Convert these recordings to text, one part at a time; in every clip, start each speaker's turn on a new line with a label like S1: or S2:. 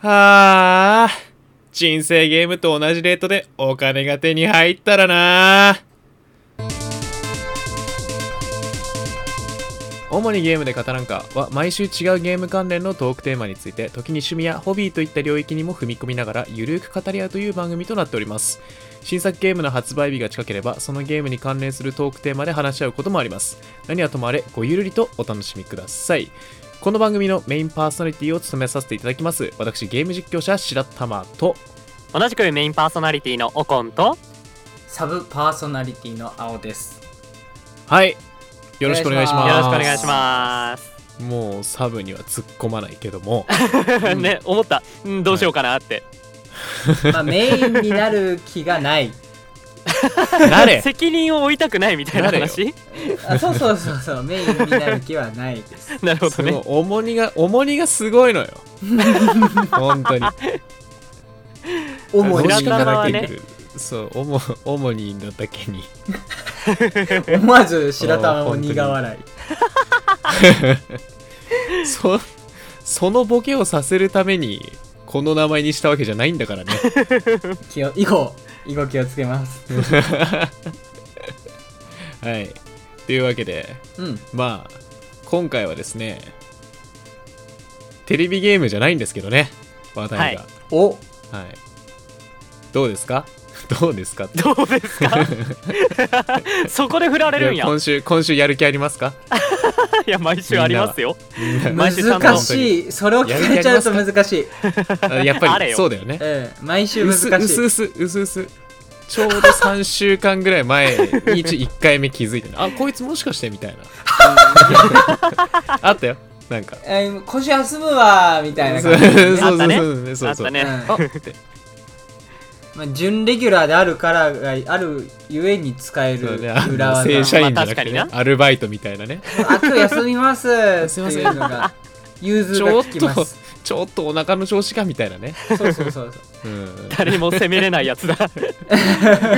S1: はあ、人生ゲームと同じレートでお金が手に入ったらな主にゲームで語らんかは毎週違うゲーム関連のトークテーマについて時に趣味やホビーといった領域にも踏み込みながらゆるく語り合うという番組となっております新作ゲームの発売日が近ければそのゲームに関連するトークテーマで話し合うこともあります何はともあれごゆるりとお楽しみくださいこの番組のメインパーソナリティを務めさせていただきます私ゲーム実況者白玉と
S2: 同じくメインパーソナリティのオコンと
S3: サブパーソナリティの青です。
S1: はいよろしくお願いし
S2: よ
S1: ま
S2: ろ
S1: す
S2: しくお願いします。
S1: もうサブには突っ込まないけども
S2: ね思った、うん、どうしようかなって。
S3: まあ、メインになる気がない。
S1: な れ
S2: 責任を負いたくないみたいな話？
S3: あそうそうそうそう、メインになる気はないです。
S2: なるほ
S1: す
S2: ど
S1: ごい
S2: ね。
S1: 重荷が重荷がすごい のよ本当に
S3: 主
S2: 白
S3: に
S2: 玉は
S1: 重
S2: ね
S1: 荷が出てくるそう重重荷なだけに
S3: 思わず白玉を苦笑
S1: そそのボケをさせるためにこの名前にしたわけじゃないんだからね
S3: い。気を以後、以後気をつけます。
S1: はいというわけで
S3: うん。
S1: まあ今回はですねテレビゲームじゃないんですけどね話題が
S3: お
S1: はい、どうですか どうですかって
S2: どうですか？そこで振られるん
S1: い
S2: や。
S1: や今週今週やる気あり ますか
S2: いや毎週ありますよ。
S1: みんな
S2: 毎週ちゃんと
S3: 難しい。それを聞かれちゃうと難しい。
S1: あやっ
S2: あ
S1: ぱ
S2: れ
S1: り
S2: よ
S1: そうだよね
S3: うん。毎週
S1: う
S3: 難
S1: す
S3: し
S1: う
S3: い。
S1: すうすうすうすちょうど3週間ぐらい前に1回 目気づいてねあこいつもしかしてみ たいなあったよなんか
S3: えー腰休むわーみたいな
S1: そう
S3: 感
S1: そ
S3: じ
S1: う
S3: で、ね。
S1: そうそう
S2: あったね
S1: そうそう
S2: あった
S3: う
S2: ね。
S3: ん
S1: あって
S3: まあ、準レギュラーであるからがあるゆえに使え
S1: そ
S3: る
S1: うねあの
S3: 裏技
S1: 正社員じゃ
S2: ま
S1: な
S2: あ
S1: くて
S2: 確
S1: ね
S2: かに
S1: アルバイトみたいなね
S3: あ今日休みますって
S1: すいませ
S3: い
S1: ん
S3: うのが融通
S1: ち
S3: が
S1: ょっ
S3: 利きま
S1: と
S3: す
S1: ちょっとお腹の調子がみたいなね
S3: そうそうそうそう
S1: うん
S2: 誰にも責めれないやつだ。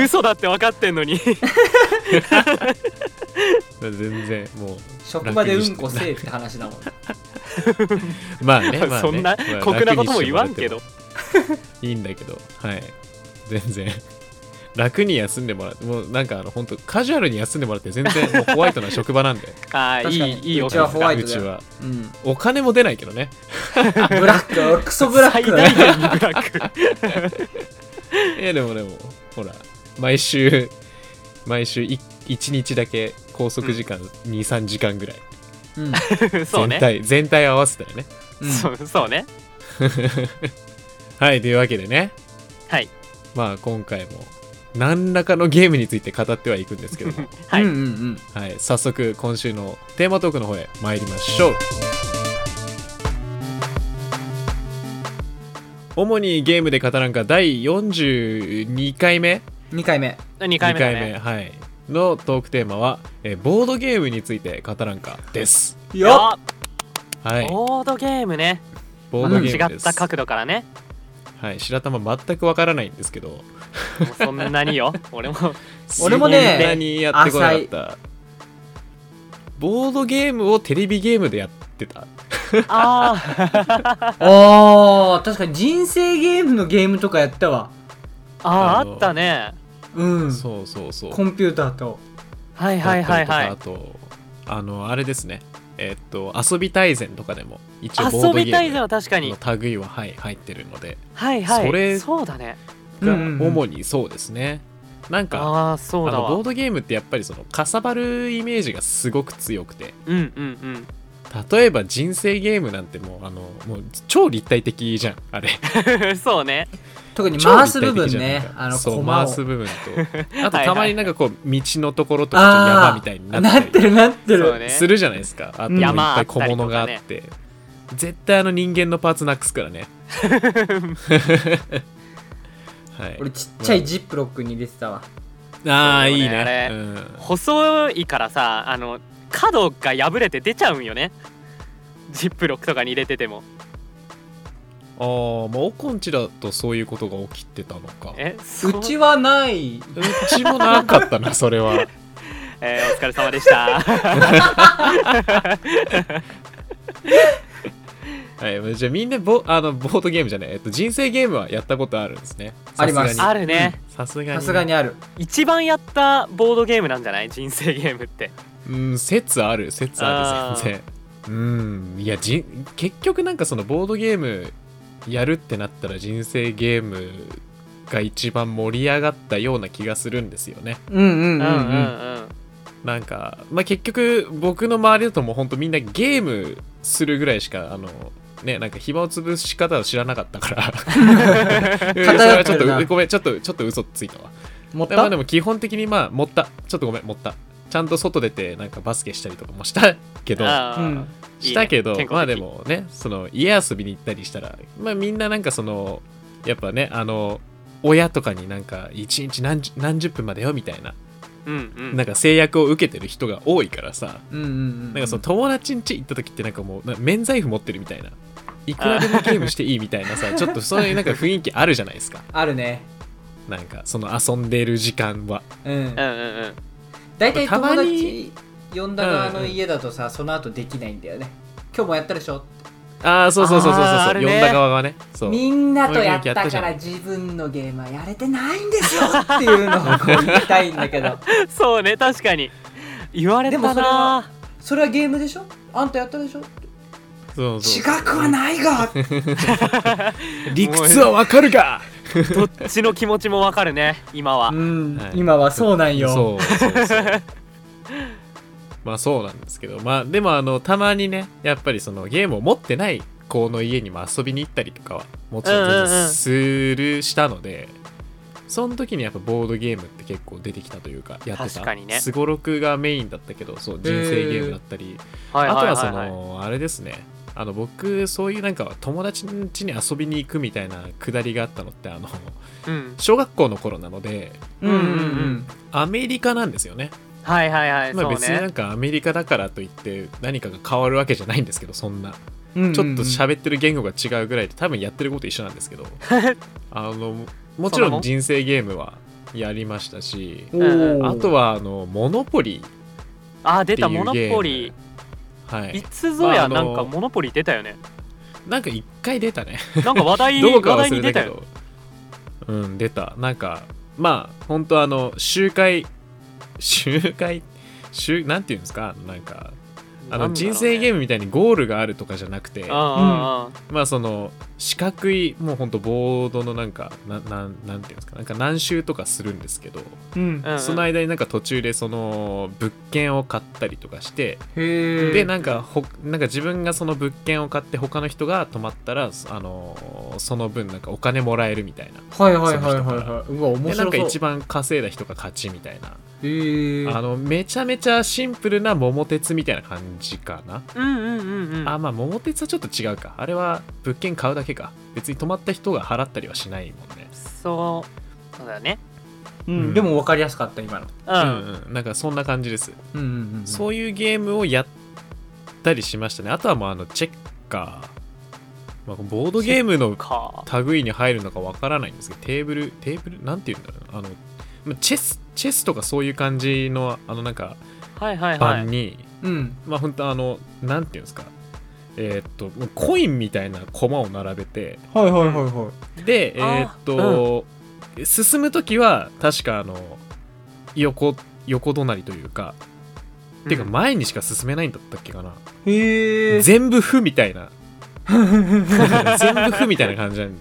S2: 嘘だって分かってんのに。
S1: 全然もう
S3: 職場でうんこ
S1: 楽
S3: せ
S1: に
S3: えって話だもん
S1: してまあ ね,、まあね、
S2: そんな
S1: まあ
S2: 酷なことも言わんけ
S1: 楽にしてもらっても
S2: ど。
S1: いいんだけど、はい。全然。楽に休んでもらって、もうなんかあの、本当カジュアルに休んでもらって、全然もうホワイトな職場なん で、
S2: ああい
S3: 確か
S2: い
S3: に
S2: いいお
S3: うちは
S2: 金
S3: ホワイ
S1: う
S3: トだ
S1: ち
S3: よ
S1: は。
S3: うん
S1: お金も出ないけどね。
S3: ブラック俺クソブラッ
S2: 最
S3: クだ
S2: 大
S3: ね
S2: 限にブラック。
S1: いや、でもでも、ほら、毎週、毎週い1日だけ拘束時間2、3時間ぐらい。
S3: うんう ん
S2: そ
S1: 全
S2: うね。
S1: 体、全体合わせたらね。
S2: そうそうね。
S1: はい、というわけでね、
S2: はい
S1: まあ今回も、何らかのゲームについて語ってはいくんですけど も、
S2: はい。
S3: うんうんうん
S1: はい、早速今週のテーマトークの方へ参りましょう主にゲームで語らんか第42回目
S3: 2回目
S2: 二回目だ
S1: 二
S2: ね。
S1: はい、のトークテーマは、えーボードゲームについて語らんかです
S3: よ
S2: っ
S1: はい
S2: ボードゲームね
S1: ボードゲーム
S2: 違
S1: で
S2: っ
S1: す
S2: た角度からね
S1: はい、白玉全くわからないんですけど
S2: もうそんな によ俺も
S3: 俺もね
S1: そんなにやってこなかったボードゲームをテレビゲームでやってた
S2: あー
S3: あー確かに人生ゲームのゲームとかやったわ
S2: あ
S1: あ
S2: ー
S1: の
S2: あったね
S3: うん
S1: そうそうそう
S3: コンピューターと
S2: はいはいはいは
S1: だった
S2: い
S1: りとかあとあのあれですねえっと遊び大全とかでも一応ボード
S2: 遊
S1: ゲ
S2: びたいじ
S1: ー
S2: ゃん確か
S1: ム
S2: に
S1: の類ははい入ってるので
S2: はいはい
S1: それ
S2: そうだね
S3: うん
S1: が
S3: うんうん
S1: 主にそうですねなんか
S2: ああー
S1: あ
S2: そうだ
S1: のボー
S2: わ
S1: ドゲームってやっぱりそのかさばるイメージがすごく強くて
S2: うんうんうん
S1: 例えば人生ゲームなんてもうあのもう超立体的じゃんあれ
S2: そうね
S3: 特に
S1: 超
S3: 回
S1: 立
S3: す
S1: 体
S3: 部
S1: 的
S3: 分
S1: じゃない
S3: ね
S1: か
S3: あの
S1: そ
S3: コ
S1: う
S3: マを
S1: 回す部分 とあと
S2: はい
S1: たまになんかこう道のところとかちょっと
S3: あ
S1: 山
S3: あ
S1: みたいにな
S3: な
S1: っ
S3: っててるなって
S2: そう
S3: る
S2: ね
S1: するじゃないですか。あともういっ
S2: 山
S1: ぱい小物があって。絶対あの人間のパーツなくすから ね。はい、
S3: 俺ちっちゃいジップロックに入れてたわ
S1: ああ、いい
S2: あ
S1: ねう
S2: れ、
S1: ん
S2: 細いからさあの角が破れて出ちゃうんよねジップロックとかに入れてても
S1: あーまあ、おこんちだとそういうことが起きてたのか。
S2: えそう
S3: ちはないう
S1: ちもなかったな、それは。
S2: えーお疲れ 様でした
S1: はい、じゃあみんなボあのボードゲームじゃない、えっと、人生ゲームはやったことあるんですね。
S3: あります
S2: あるね、
S1: さすがに。
S3: さすがにある
S2: 一番やったボードゲームなんじゃない人生ゲームって
S1: うん、説ある、説あ
S2: あ
S1: る、
S2: ー
S1: 全然。うん、いや、じん結局なんかそのボードゲームやるってなったら人生ゲームが一番盛り上がったような気がするんですよね。
S3: うんうん
S2: うう
S3: うん
S2: んうん
S3: ん
S1: なんか、まあ、結局僕の周りだともうほんとみんなゲームするぐらいしかあのねなんか暇を潰し方を知らなかったからう んそれはちょっ
S3: 偏ってるな
S1: とごめんちょっとちょっと嘘ついたわ
S3: 持っ
S1: で,、まあ、
S3: た
S1: でも基本的にまあ持ったちょっとごめん持ったちゃんと外出てなんかバスケしたりとかもしたけど
S2: あー
S3: うん
S2: いいね
S1: したけど
S2: 健康的
S1: まあでもねその家遊びに行ったりしたら、まあ、みんななんかそのやっぱねあの親とかになんか一日何十何十分までよみたいな
S2: うんうん
S1: なんか制約を受けてる人が多いからさ、
S3: うんうんうん
S1: なんかその友達ん家行った時ってなんかもうな免罪符持ってるみたいないくらでもゲームしていいみたいなさちょっとそういうなんか雰囲気あるじゃないですか
S3: あるね
S1: なんかその遊んでる時間は
S3: うん
S2: うんうんうん
S3: 大体
S1: た
S3: 友
S1: まに
S3: 達呼んだ側
S1: うん
S3: の
S1: うん
S3: 家だとさその後できないんだよね今日もやったでしょ
S1: ああそうそうそうそうそう
S2: あー
S1: そ
S2: あ
S1: う、
S2: るね
S1: 呼んだ側がねそう
S3: みんなとやっ
S1: こういう雰
S3: た
S1: 囲気あったじ
S3: か
S1: ゃ
S3: ら
S1: ん
S3: 自分のゲームはやれてないんですよ っていうのを言いたいんだけど
S2: そうね確かに言われた
S3: でもそれは
S2: な
S3: それはゲームでしょあんたやったでしょ
S1: そうそう
S3: 違くはないが
S1: 理屈はわかるか
S2: どっちの気持ちもわかるね今は
S3: うん
S1: はい
S3: 今はそうなんよ
S1: そうそうそう まあそうなんですけどまあでもあのたまにねやっぱりそのゲームを持ってない子の家にも遊びに行ったりとかはもちろん全
S2: うんうんう
S1: 然
S2: ん
S1: するしたので、その時にやっぱボードゲームって結構出てきたというかやって
S2: 確
S1: た
S2: かにね
S1: すごろくがメインだったけどそう人生ゲームだったり、
S2: はい
S1: あと
S2: はい
S1: はそ
S2: はいはい
S1: のあれですねあの僕そういうなんか友達の家に遊びに行くみたいなくだりがあったのってあの
S2: うん
S1: 小学校の頃なので
S3: うんうんうん
S1: アメリカなんですよね
S2: はいはいはい
S1: まあ、
S2: そう
S1: 別にな
S2: ね
S1: んかアメリカだからといって何かが変わるわけじゃないんですけどそんなち
S3: うんうん
S1: ょっと喋ってる言語が違うぐらいで多分やってること一緒なん ですけどあのもち
S2: そんな
S1: ろ
S2: も
S1: ん
S2: ん
S1: 人生ゲームはやりましたし
S3: お
S2: うん
S3: ー
S1: あとはあのモノポリーっ
S2: あ出
S1: てい
S2: た
S1: うゲーム
S2: モノポリ
S1: はいい
S2: つぞ
S1: まああ
S2: や
S1: の
S2: なんかモノポリ出たよね
S1: なんか一回出たね
S2: なんか話 題
S1: どこか
S2: 話題
S1: 忘
S2: に
S1: れ
S2: 出た
S1: たけ
S2: よ
S1: どうん出たなんかまあ本当あの集会集会集なんていうんですかなんかあの人生ゲ
S2: ー
S1: ームみたいにゴールがあるとかじゃなくて、
S2: あ
S1: まあその四角いもうほんとボードのなんかななんなんていうんですかなんか何周とかするんですけど、
S3: うん
S2: あ
S1: その間になんか途中でその物件を買ったりとかして、
S3: へ
S1: で
S3: え
S1: なんかほなんか自分がその物件を買って他の人が泊まったらあのその分なんかお金もらえるみたいな。
S3: はいはいはい
S1: そ
S3: はい
S1: の人
S3: はいうわ面
S1: でなん
S3: 白
S1: か
S3: そう
S1: 一番稼いだ人が勝ちみたいな、
S3: へえ
S1: あのめちゃめちゃシンプルな桃鉄みたいな感じかな、
S2: ーうんうんうんうん
S1: あまあ桃鉄はちょっと違うかあれは物件買うだけか別に泊まった人が払ったりはしないもんね
S2: そうそうだよね
S3: うんでも分かりやすかった今の
S2: う
S1: うん
S2: ん
S1: うん、なんかそんな感じです、
S3: うんうんうん
S1: そういうゲームをやったりしましたねあとはもうあのチェッカー、まあ、ボードゲームの
S2: か
S1: 類に入るのかわからないんですけどテーブルテーブルなんて言うんだろうなあのまあチェスチェスとかそういう感じのあのなんか
S2: はいはいは
S1: 盤
S2: い
S1: に、
S3: うん
S1: まあ本当あのなんて言うんですかえーっともうコインみたいな駒を並べて
S3: はいはいはいは
S1: でえ
S2: あー
S1: ーっと、進む時は確かあの横横隣というかてか
S2: うん
S1: 前にしか進めないんだったっけかな、
S3: いへえ
S1: 全部負みたい な全部負みたいな感じなん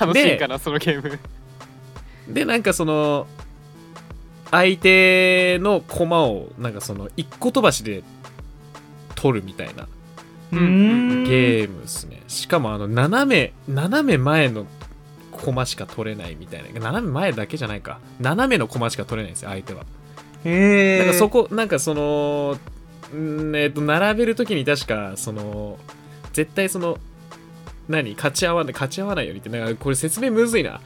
S2: 楽しいかなそのゲーム
S1: でなんかその相手の駒をなんかその一個飛ばしで取るみたいな
S3: う
S2: うん
S1: ゲームですねしかもあの斜め斜め前の駒しか取れないみたいな斜め前だけじゃないか斜めの駒しか取れないんですよ相手は
S3: へえ
S1: なんかそこなんかそのんーえっと並べるときに確かその絶対その何勝ち合わない勝ち合わないようにってなんかこれ説明むずいな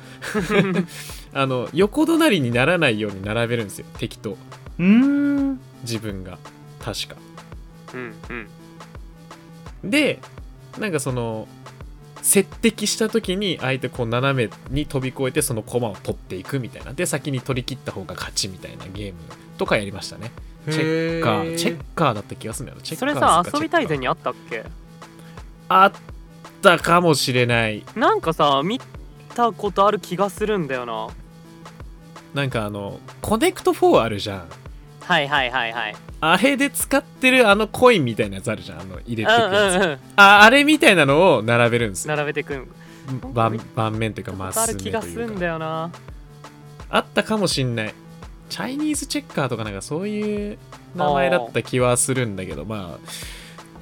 S1: あの横隣にならないように並べるんですよ敵と
S3: うん
S1: 自分が確か
S2: うんうん
S1: でなんかその接敵した時に相手こう斜めに飛び越えてその駒を取っていくみたいなで先に取り切った方が勝ちみたいなゲームとかやりましたねチェッカーチェッカーだった気がするんだよなチェッカ
S2: そ
S1: ー
S2: れ
S1: ズ
S2: さ
S1: か
S2: 遊びたい
S1: チェッカー
S2: ぜにあったっけ
S1: あったかもしれない
S2: なんかさ見たことある気がするんだよな
S1: なんかあのコネクト4あるじゃん
S2: はいはいはいはい
S1: あれで使ってるあのコインみたいなやつあるじゃんあの入れていくやつ、
S2: うんうんうん
S1: ああれみたいなのを並べるんですよ
S2: 並べてくん
S1: 盤盤面というかマ
S2: ことあ
S1: ス
S2: る
S1: 目と
S2: 気
S1: いう
S2: が
S1: か
S2: するんだよな
S1: あったかもしんないチャイニーズチェッカーとかなんかそういう名前だった気はするんだけどまあ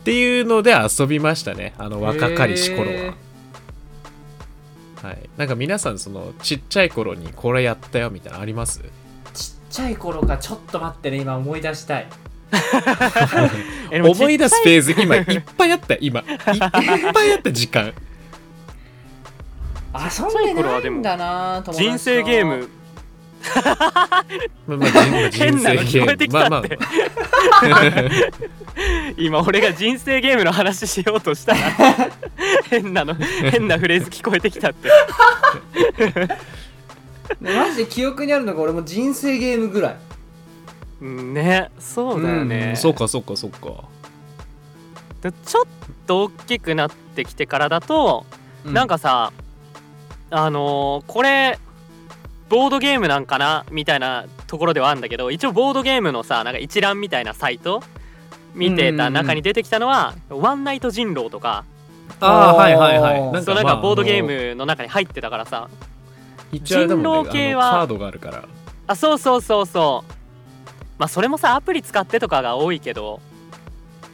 S1: っていうので遊びましたねあの若かりし頃
S3: へ
S1: は、はい、なんか皆さんそのちっちゃい頃にこれやったよみたいなのあります
S3: ーちっちゃい頃かちょっと待ってね今思い出したい
S2: えでも
S1: 思い出
S2: ちっちゃ
S1: すページ 今いっぱいあった今いっぱいあった時間
S3: 遊
S2: ちゃい
S3: んで
S2: 頃は
S3: な
S2: で
S3: い
S2: も
S3: んだな友達と
S2: 人生ゲーム
S1: まあまあ人人
S2: 変な
S1: 生
S2: の聞こ
S1: ゲ
S2: えて
S1: ー
S2: き
S1: ムまあま
S2: た
S1: あ
S2: って、今俺が人生ゲームの話しようとしたら変なの変なフレーズ聞こえてきたって
S3: マジで記憶にあるのが俺も人生ゲームぐらい
S2: うんねそうだよね、
S1: うんそうかそうかそうか
S2: でちょっと大きくなってきてからだと、なん
S3: か
S2: かさあのーこれボードゲームなんかなみたいなところではあるんだけど一応ボードゲームのさなんか一覧みたいなサイト見てた中に出てきたのは「ワンナイト人狼」とか
S1: ああはいはいはい
S2: そうなんかボードゲー
S1: ム
S2: ムの中に入ってたからさ
S1: 一応あれだもんね
S2: 人狼系は
S1: あのカードがあるから
S2: あそうそうそうそうまあそれもさアプリ使ってとかが多いけど、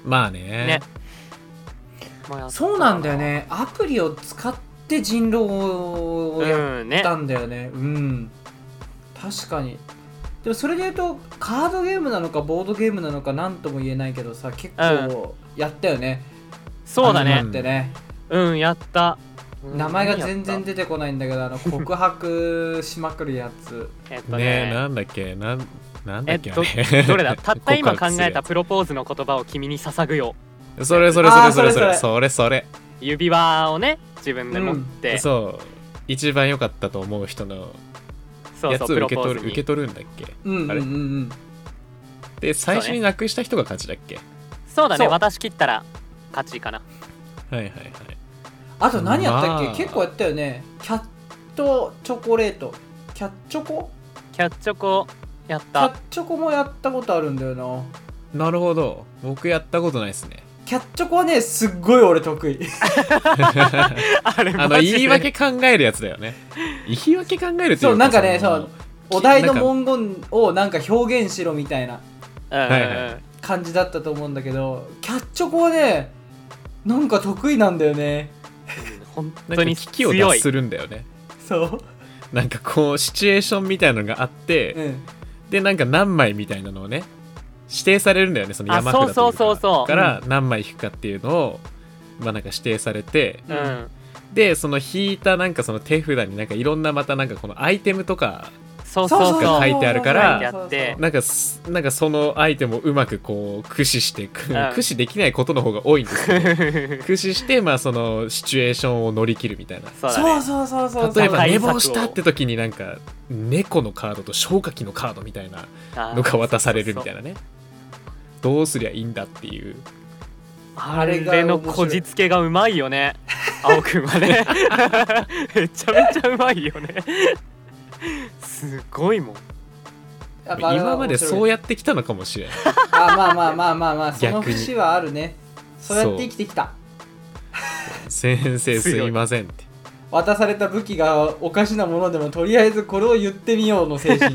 S1: まあね
S2: ねまあやった
S3: そうなんだよねアプリを使って人狼をやっ
S2: うんね
S3: たんだよねうん、確かにでもそれで言うとカードゲームなのかボードゲームなのか何とも言えないけどさ結構やったよね、
S2: そうだ
S1: あ
S2: ね
S1: の
S3: ってね、
S2: うんやったうん
S3: 名前が全然
S2: やっ
S3: 出てこないんだけどあの告白しまくるやつ
S2: たえっと
S1: ね
S2: ね
S1: なんだっけなんなんだ
S2: え
S1: っ
S2: っ
S1: け、
S2: と
S1: あ れ
S2: どれだたった今考えた
S1: 告白
S2: プロポーズの言葉を君に捧ぐよ
S1: するやつそれそれそ
S3: あ
S1: れ
S3: ー
S1: それそれ
S3: そ
S1: それそれ
S2: 指輪をね自分で持って、そう
S1: そう一番良かったと思う人の
S2: そう
S1: やつを
S2: プ
S1: 受
S2: ロ
S1: け
S2: ポ
S1: 取
S2: ー
S1: る
S2: ズ
S1: 受け
S2: に
S1: 取るんだっけ
S3: うんうんうんうん
S1: で最初になくした人が勝ちだっけ、
S2: そうだね
S3: そう
S2: 私切ったら勝ちかな
S1: はいはいはい
S3: あと何やったっけ、
S1: まあ
S3: 結構やったよねキャットチョコレートキャッチョコ
S2: キャッチョコやっ
S3: キャッ
S2: た
S3: チョコもやったことあるんだよな
S1: なるほど僕やったことないですね
S3: キャッチョコはねすっごい俺得意
S2: あれ
S1: あの
S2: マジで
S1: 言い訳考えるやつだよね言い訳考えるっていう
S3: そうなんかねそうお題の
S1: 問
S3: 文言をなんか表現しろみたいな
S2: うんうんうん
S1: はいは
S3: 感じだったと思うんだけどキャッチョコはねなんか得意なんだよね
S2: 本
S1: なん
S2: 当
S1: か
S2: に
S1: 危機を
S2: 強
S1: 脱
S2: い
S1: するんだよね
S3: そう
S1: なんかこうシチュエーションみたいなのがあって、
S3: うん
S1: でなんか何枚みたいなのをね指定されるんだよねその山札と
S2: あそうそうそうそう
S1: から何枚引くかっていうのを、まあなんか指定されて
S2: う
S3: うん
S2: ん
S1: でその引いたなんかその手札になんかいろんなまたなんかこのアイテムとか
S2: そうそう そう
S1: 書いてあるから
S2: やって
S1: なんかすなんかそのアイテムをうまくこう駆使していく、
S2: ん
S1: 駆使できないことの方が多いんですけど駆使してまあそのシチュエーションを乗り切るみたいな。
S2: そうだ
S3: そう
S2: ね
S3: そうそうそうそう
S1: 例えば
S2: 対
S1: 寝
S2: 策を
S1: 坊したって時になんか猫のカードと消火器のカードみたいな
S2: あー
S1: のが渡されるみたい
S2: そう
S1: なねどうすりゃいいんだっていう
S2: そうそうあれのこじつけがうまい よね青くんはね めちゃめちゃうまいよねすごいもん
S3: やっぱあれは
S1: 今までそう
S3: 面白い
S1: やってきたのかもしれない
S3: あまあまあまあまあまあその
S1: 逆に
S3: 節はあるねそうやって生きてきた
S1: 先生すいませんって
S3: 渡された武器がおかしなものでもとりあえずこれを言ってみよう の精神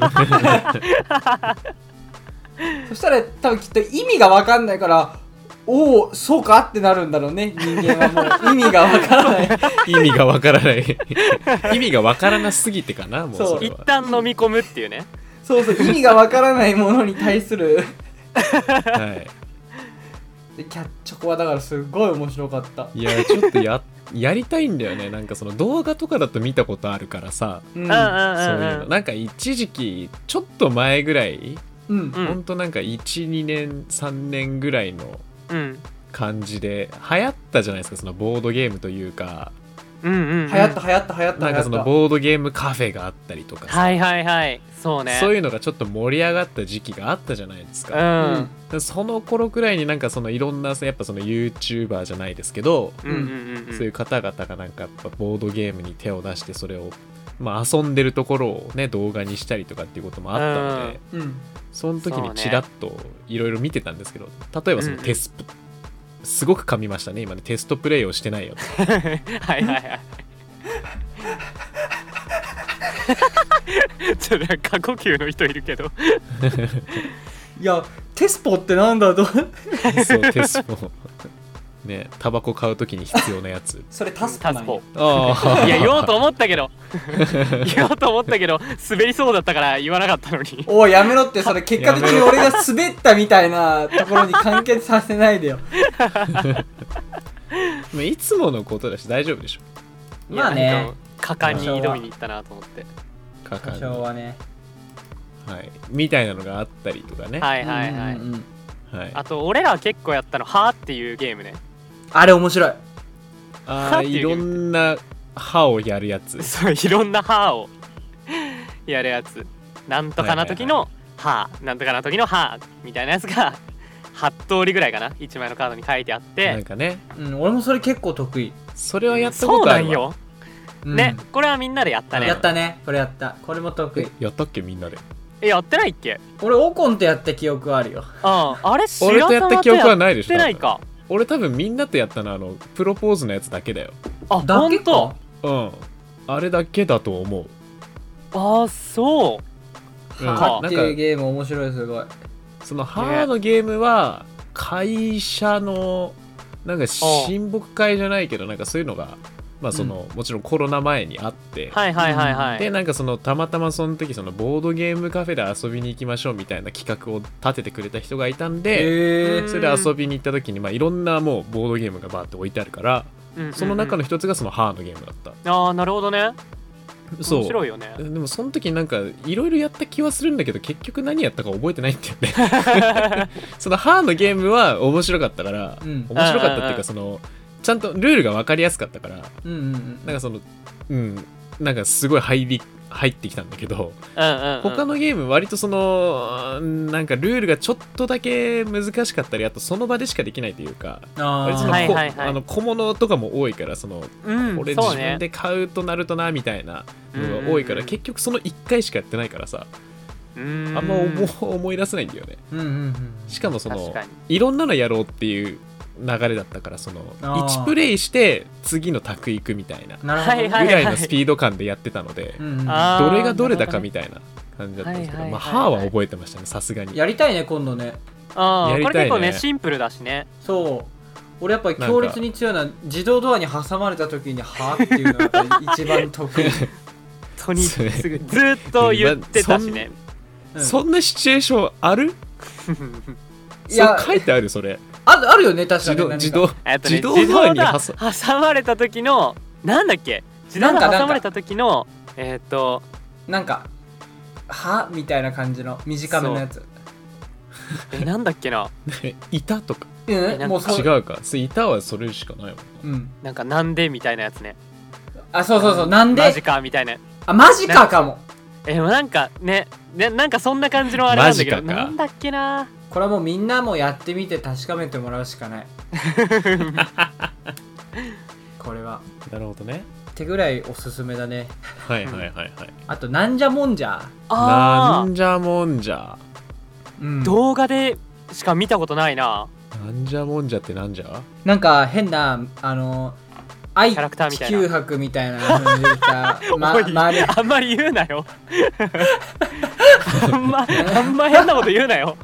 S3: そしたら多分きっと意味が分かんないからおおそうかってなるんだろうね人間はもう意味が分か らない
S1: 意味がわからない 意味がわからなすぎてかなもう
S3: そう
S1: それ
S2: 一
S1: は
S2: 旦飲み込むっていうね
S3: そうそう意味が分からないものに対する
S1: は
S3: でキャッチョコはだからすごい面白かった、
S1: いいやちょっとややりたいんだよねなんかその動画とかだと見たことあるからさ
S3: うん
S2: うんうんうん
S1: そういうの
S2: うん
S1: なんか一時期ちょっと前ぐらい、
S3: うん
S2: うん
S1: ほんとなんか12年3年ぐらいの
S2: うん
S1: 感じで流行ったじゃないですかそのボードゲームというか
S2: うんうんうん、
S3: 流行った流行った流行っ
S1: なん
S3: た流行
S1: か
S3: っ
S1: そ
S3: た
S1: のボードゲームカフェがあったりとかさ
S2: はいはいはいそうね
S1: そう
S2: いう
S1: いうのがちょっと盛り上がった時期があったじゃないです
S2: う
S1: か、
S2: ん、
S3: うん
S1: その頃くらいになんかそのいろんなさやっぱその YouTuber じゃないですけど、
S2: うんうんうんうん、
S1: そういう方々がなんかやっぱボードゲームに手を出してそれを、まあ、遊んでるところをね動画にしたりとかっていうこともあったので、
S2: うん
S3: うん
S1: その時
S2: そう
S1: に
S2: ね
S1: ちらっといろいろ見てたんですけど例えばそのテスト、すごく噛みましたね今ねテストプレイをしてないよ
S2: はいはいはい ちょっとなんか過呼吸の人いるけど
S3: いやテスポってなんだ と
S1: そうテストねタバコ買う時に必要なやつ
S3: それタスポ
S2: タ
S3: な
S2: ス
S3: ん
S2: ポ
S3: や
S1: ああ
S2: いや言おうと思ったけど 言おうと思ったけど滑りそうだったから言わなかったのに
S3: おいやめろってそれ結果的に
S1: やめろ
S3: 俺が滑ったみたいなところに関係させないでよ
S1: まあいつものことだし大丈夫でしょ
S3: まあ
S2: いやな
S3: ね
S2: んか果敢に挑みに行ったなと思って
S1: か
S3: 多
S1: か
S3: 少
S1: は
S3: はね
S1: いみたいなのがあったりとかね、
S2: はいはいはい、
S3: うんうんうん
S1: はい、
S2: あと俺ら結構やったの「は」っていうゲームね
S3: あれ面白い
S1: あ
S2: 歯
S1: ー
S2: って
S1: い
S2: いう
S1: ろ
S2: ゲーム
S1: んな歯をやるやつ
S2: そういろんな「は」を やるやつなんとかな時の「は」なんとかな時の「は」みたいなやつが8通りぐらいかな1枚のカードに書いてあっ
S1: なん
S2: て
S1: かね
S3: うん俺もそれ結構得意
S1: それはやった
S2: そ
S1: こ
S2: う
S1: と
S2: な
S1: ある
S2: ん
S1: わ
S2: よ、
S3: うん
S2: ねこれはみんなでやったね
S3: やったねこれやったこれも得意
S1: やったっけみんなで
S2: えやってないっけ
S3: 俺オコンとやった記憶はあるよ
S2: あああれ
S1: 俺
S2: 白
S1: とやった
S2: 玉
S1: 記
S2: と
S1: 憶
S2: や
S1: は
S2: っ
S1: ないでしょ
S2: てないか
S1: 俺多分みんなとやったのはあのプロポーズのやつだけだよ
S2: あ
S3: だ
S2: 本
S3: け
S2: 当
S3: か
S1: うんあれだけだと思う
S2: あそう
S1: うん
S3: は
S1: な
S3: っ
S1: ん
S3: て
S1: か
S3: いうゲーム面白いすごい
S1: その歯のゲームは会社のなんか親睦会じゃないけどなんかそういうのがまあその、もちろんコロナ前にあって、
S2: はいはいはいはい、
S1: でなんかそのたまたまその時そのボードゲームカフェで遊びに行きましょうみたいな企画を立ててくれた人がいたんで、
S3: へ
S2: ー
S1: それで遊びに行った時に、まあ、いろんなもうボードゲームがバーって置いてあるから
S2: うんうんうん
S1: その中の一つがそのハーのゲームだった、
S2: ああなるほどね
S1: そう
S2: 面白いよね
S1: でもその時なんかいろいろやった気はするんだけど結局何やったか覚えてないんだよ ねそのハーのゲームは面白かったから、
S3: うん
S1: 面白かったって
S2: うん
S1: いううん
S2: うん
S1: かそのちゃんとルールが分かりやすかったから
S3: うんうんうん
S1: なんかそのうんなんかすごい入り入ってきたんだけど
S2: うんうん、うん、
S1: 他のゲーム割とそのうんなんかルールがちょっとだけ難しかったりあとその場でしかできないというか
S3: あ
S1: 割とそ
S3: ー
S1: のこ
S2: はいはいはい
S1: あの小物とかも多いからその
S2: うん
S1: これ
S2: そ
S1: 自
S2: うね
S1: 分で買うとなるとなみたいなのが多いか
S2: うんうんう
S1: ら
S2: ん
S1: 結局その1回しかやってないからさ
S2: うーん
S1: あんま思 思い出せないんだよね
S3: うんうんうん
S1: しかもそ
S2: 確
S1: の
S2: かに
S1: いろんなのやろうっていう流れだったからその
S3: あー
S1: 1プレイして次の卓行くみたいな
S3: なるほどね
S2: はいはい
S1: ぐらいのスピード感でやってたので
S3: うんうん
S2: あー
S1: どれがどれだかみたいな感じだったんですけど
S2: はい
S1: まあ
S2: はいは
S1: 歯
S2: いはい
S1: は覚えてましたねさすがに
S3: やりたいね今度ね
S2: あ
S1: や
S2: あ
S1: り
S2: こ
S1: たいね
S2: れ結構ねシンプルだしね
S3: そう俺やっぱり強烈に強いのは自動ドアに挟まれた時に「は」っていうのがやっぱり一番得意、
S2: とにすぐずーっと言ってたし ね、
S3: うん
S1: そんなシチュエーションある
S3: い
S1: い
S3: や
S1: や書いてあるそれ
S3: ああるよね確か
S1: 自
S3: に何
S1: 動
S3: か
S1: 自動
S2: えっとね
S1: 自動ドアに挟
S2: 自動ドア挟まれた時のなんだっけ自動
S3: なん
S2: ド
S3: か
S2: ア
S3: なん
S2: 挟
S3: か
S2: まれた時のえーっと
S3: なんか「は」みたいな感じの短めのやつう
S2: えなんだっけな
S1: 板とか
S2: なんか
S3: んもうそう
S1: 違うかそれ板はそれしかないもん
S3: うん、
S2: なんかなんでみたいなやつね
S3: あそうそうそうなんで
S2: マジかみたいな
S3: あマジかかも
S2: えでもなんかねねなんかそんな感じのあれなんだけど
S1: マジかか
S2: なんだっけな
S3: これはもうみんなもやってみて確かめてもらうしかないこれは
S1: なるほどね
S3: ってぐらいおすすめだね
S1: はいはいはいはい
S3: あとなんじゃもんじゃ、
S1: な
S2: あ
S1: んじゃもんじゃ
S3: うん
S2: ー動画でしか見たことないな
S1: なんじゃもんじゃってなんじゃ
S3: なんか変なあの愛
S2: キャラクターみたいな
S3: 地球博みたいな感じで さま
S2: おい
S3: まる
S2: あんまり言うなよ あんまあんま変なこと言うなよ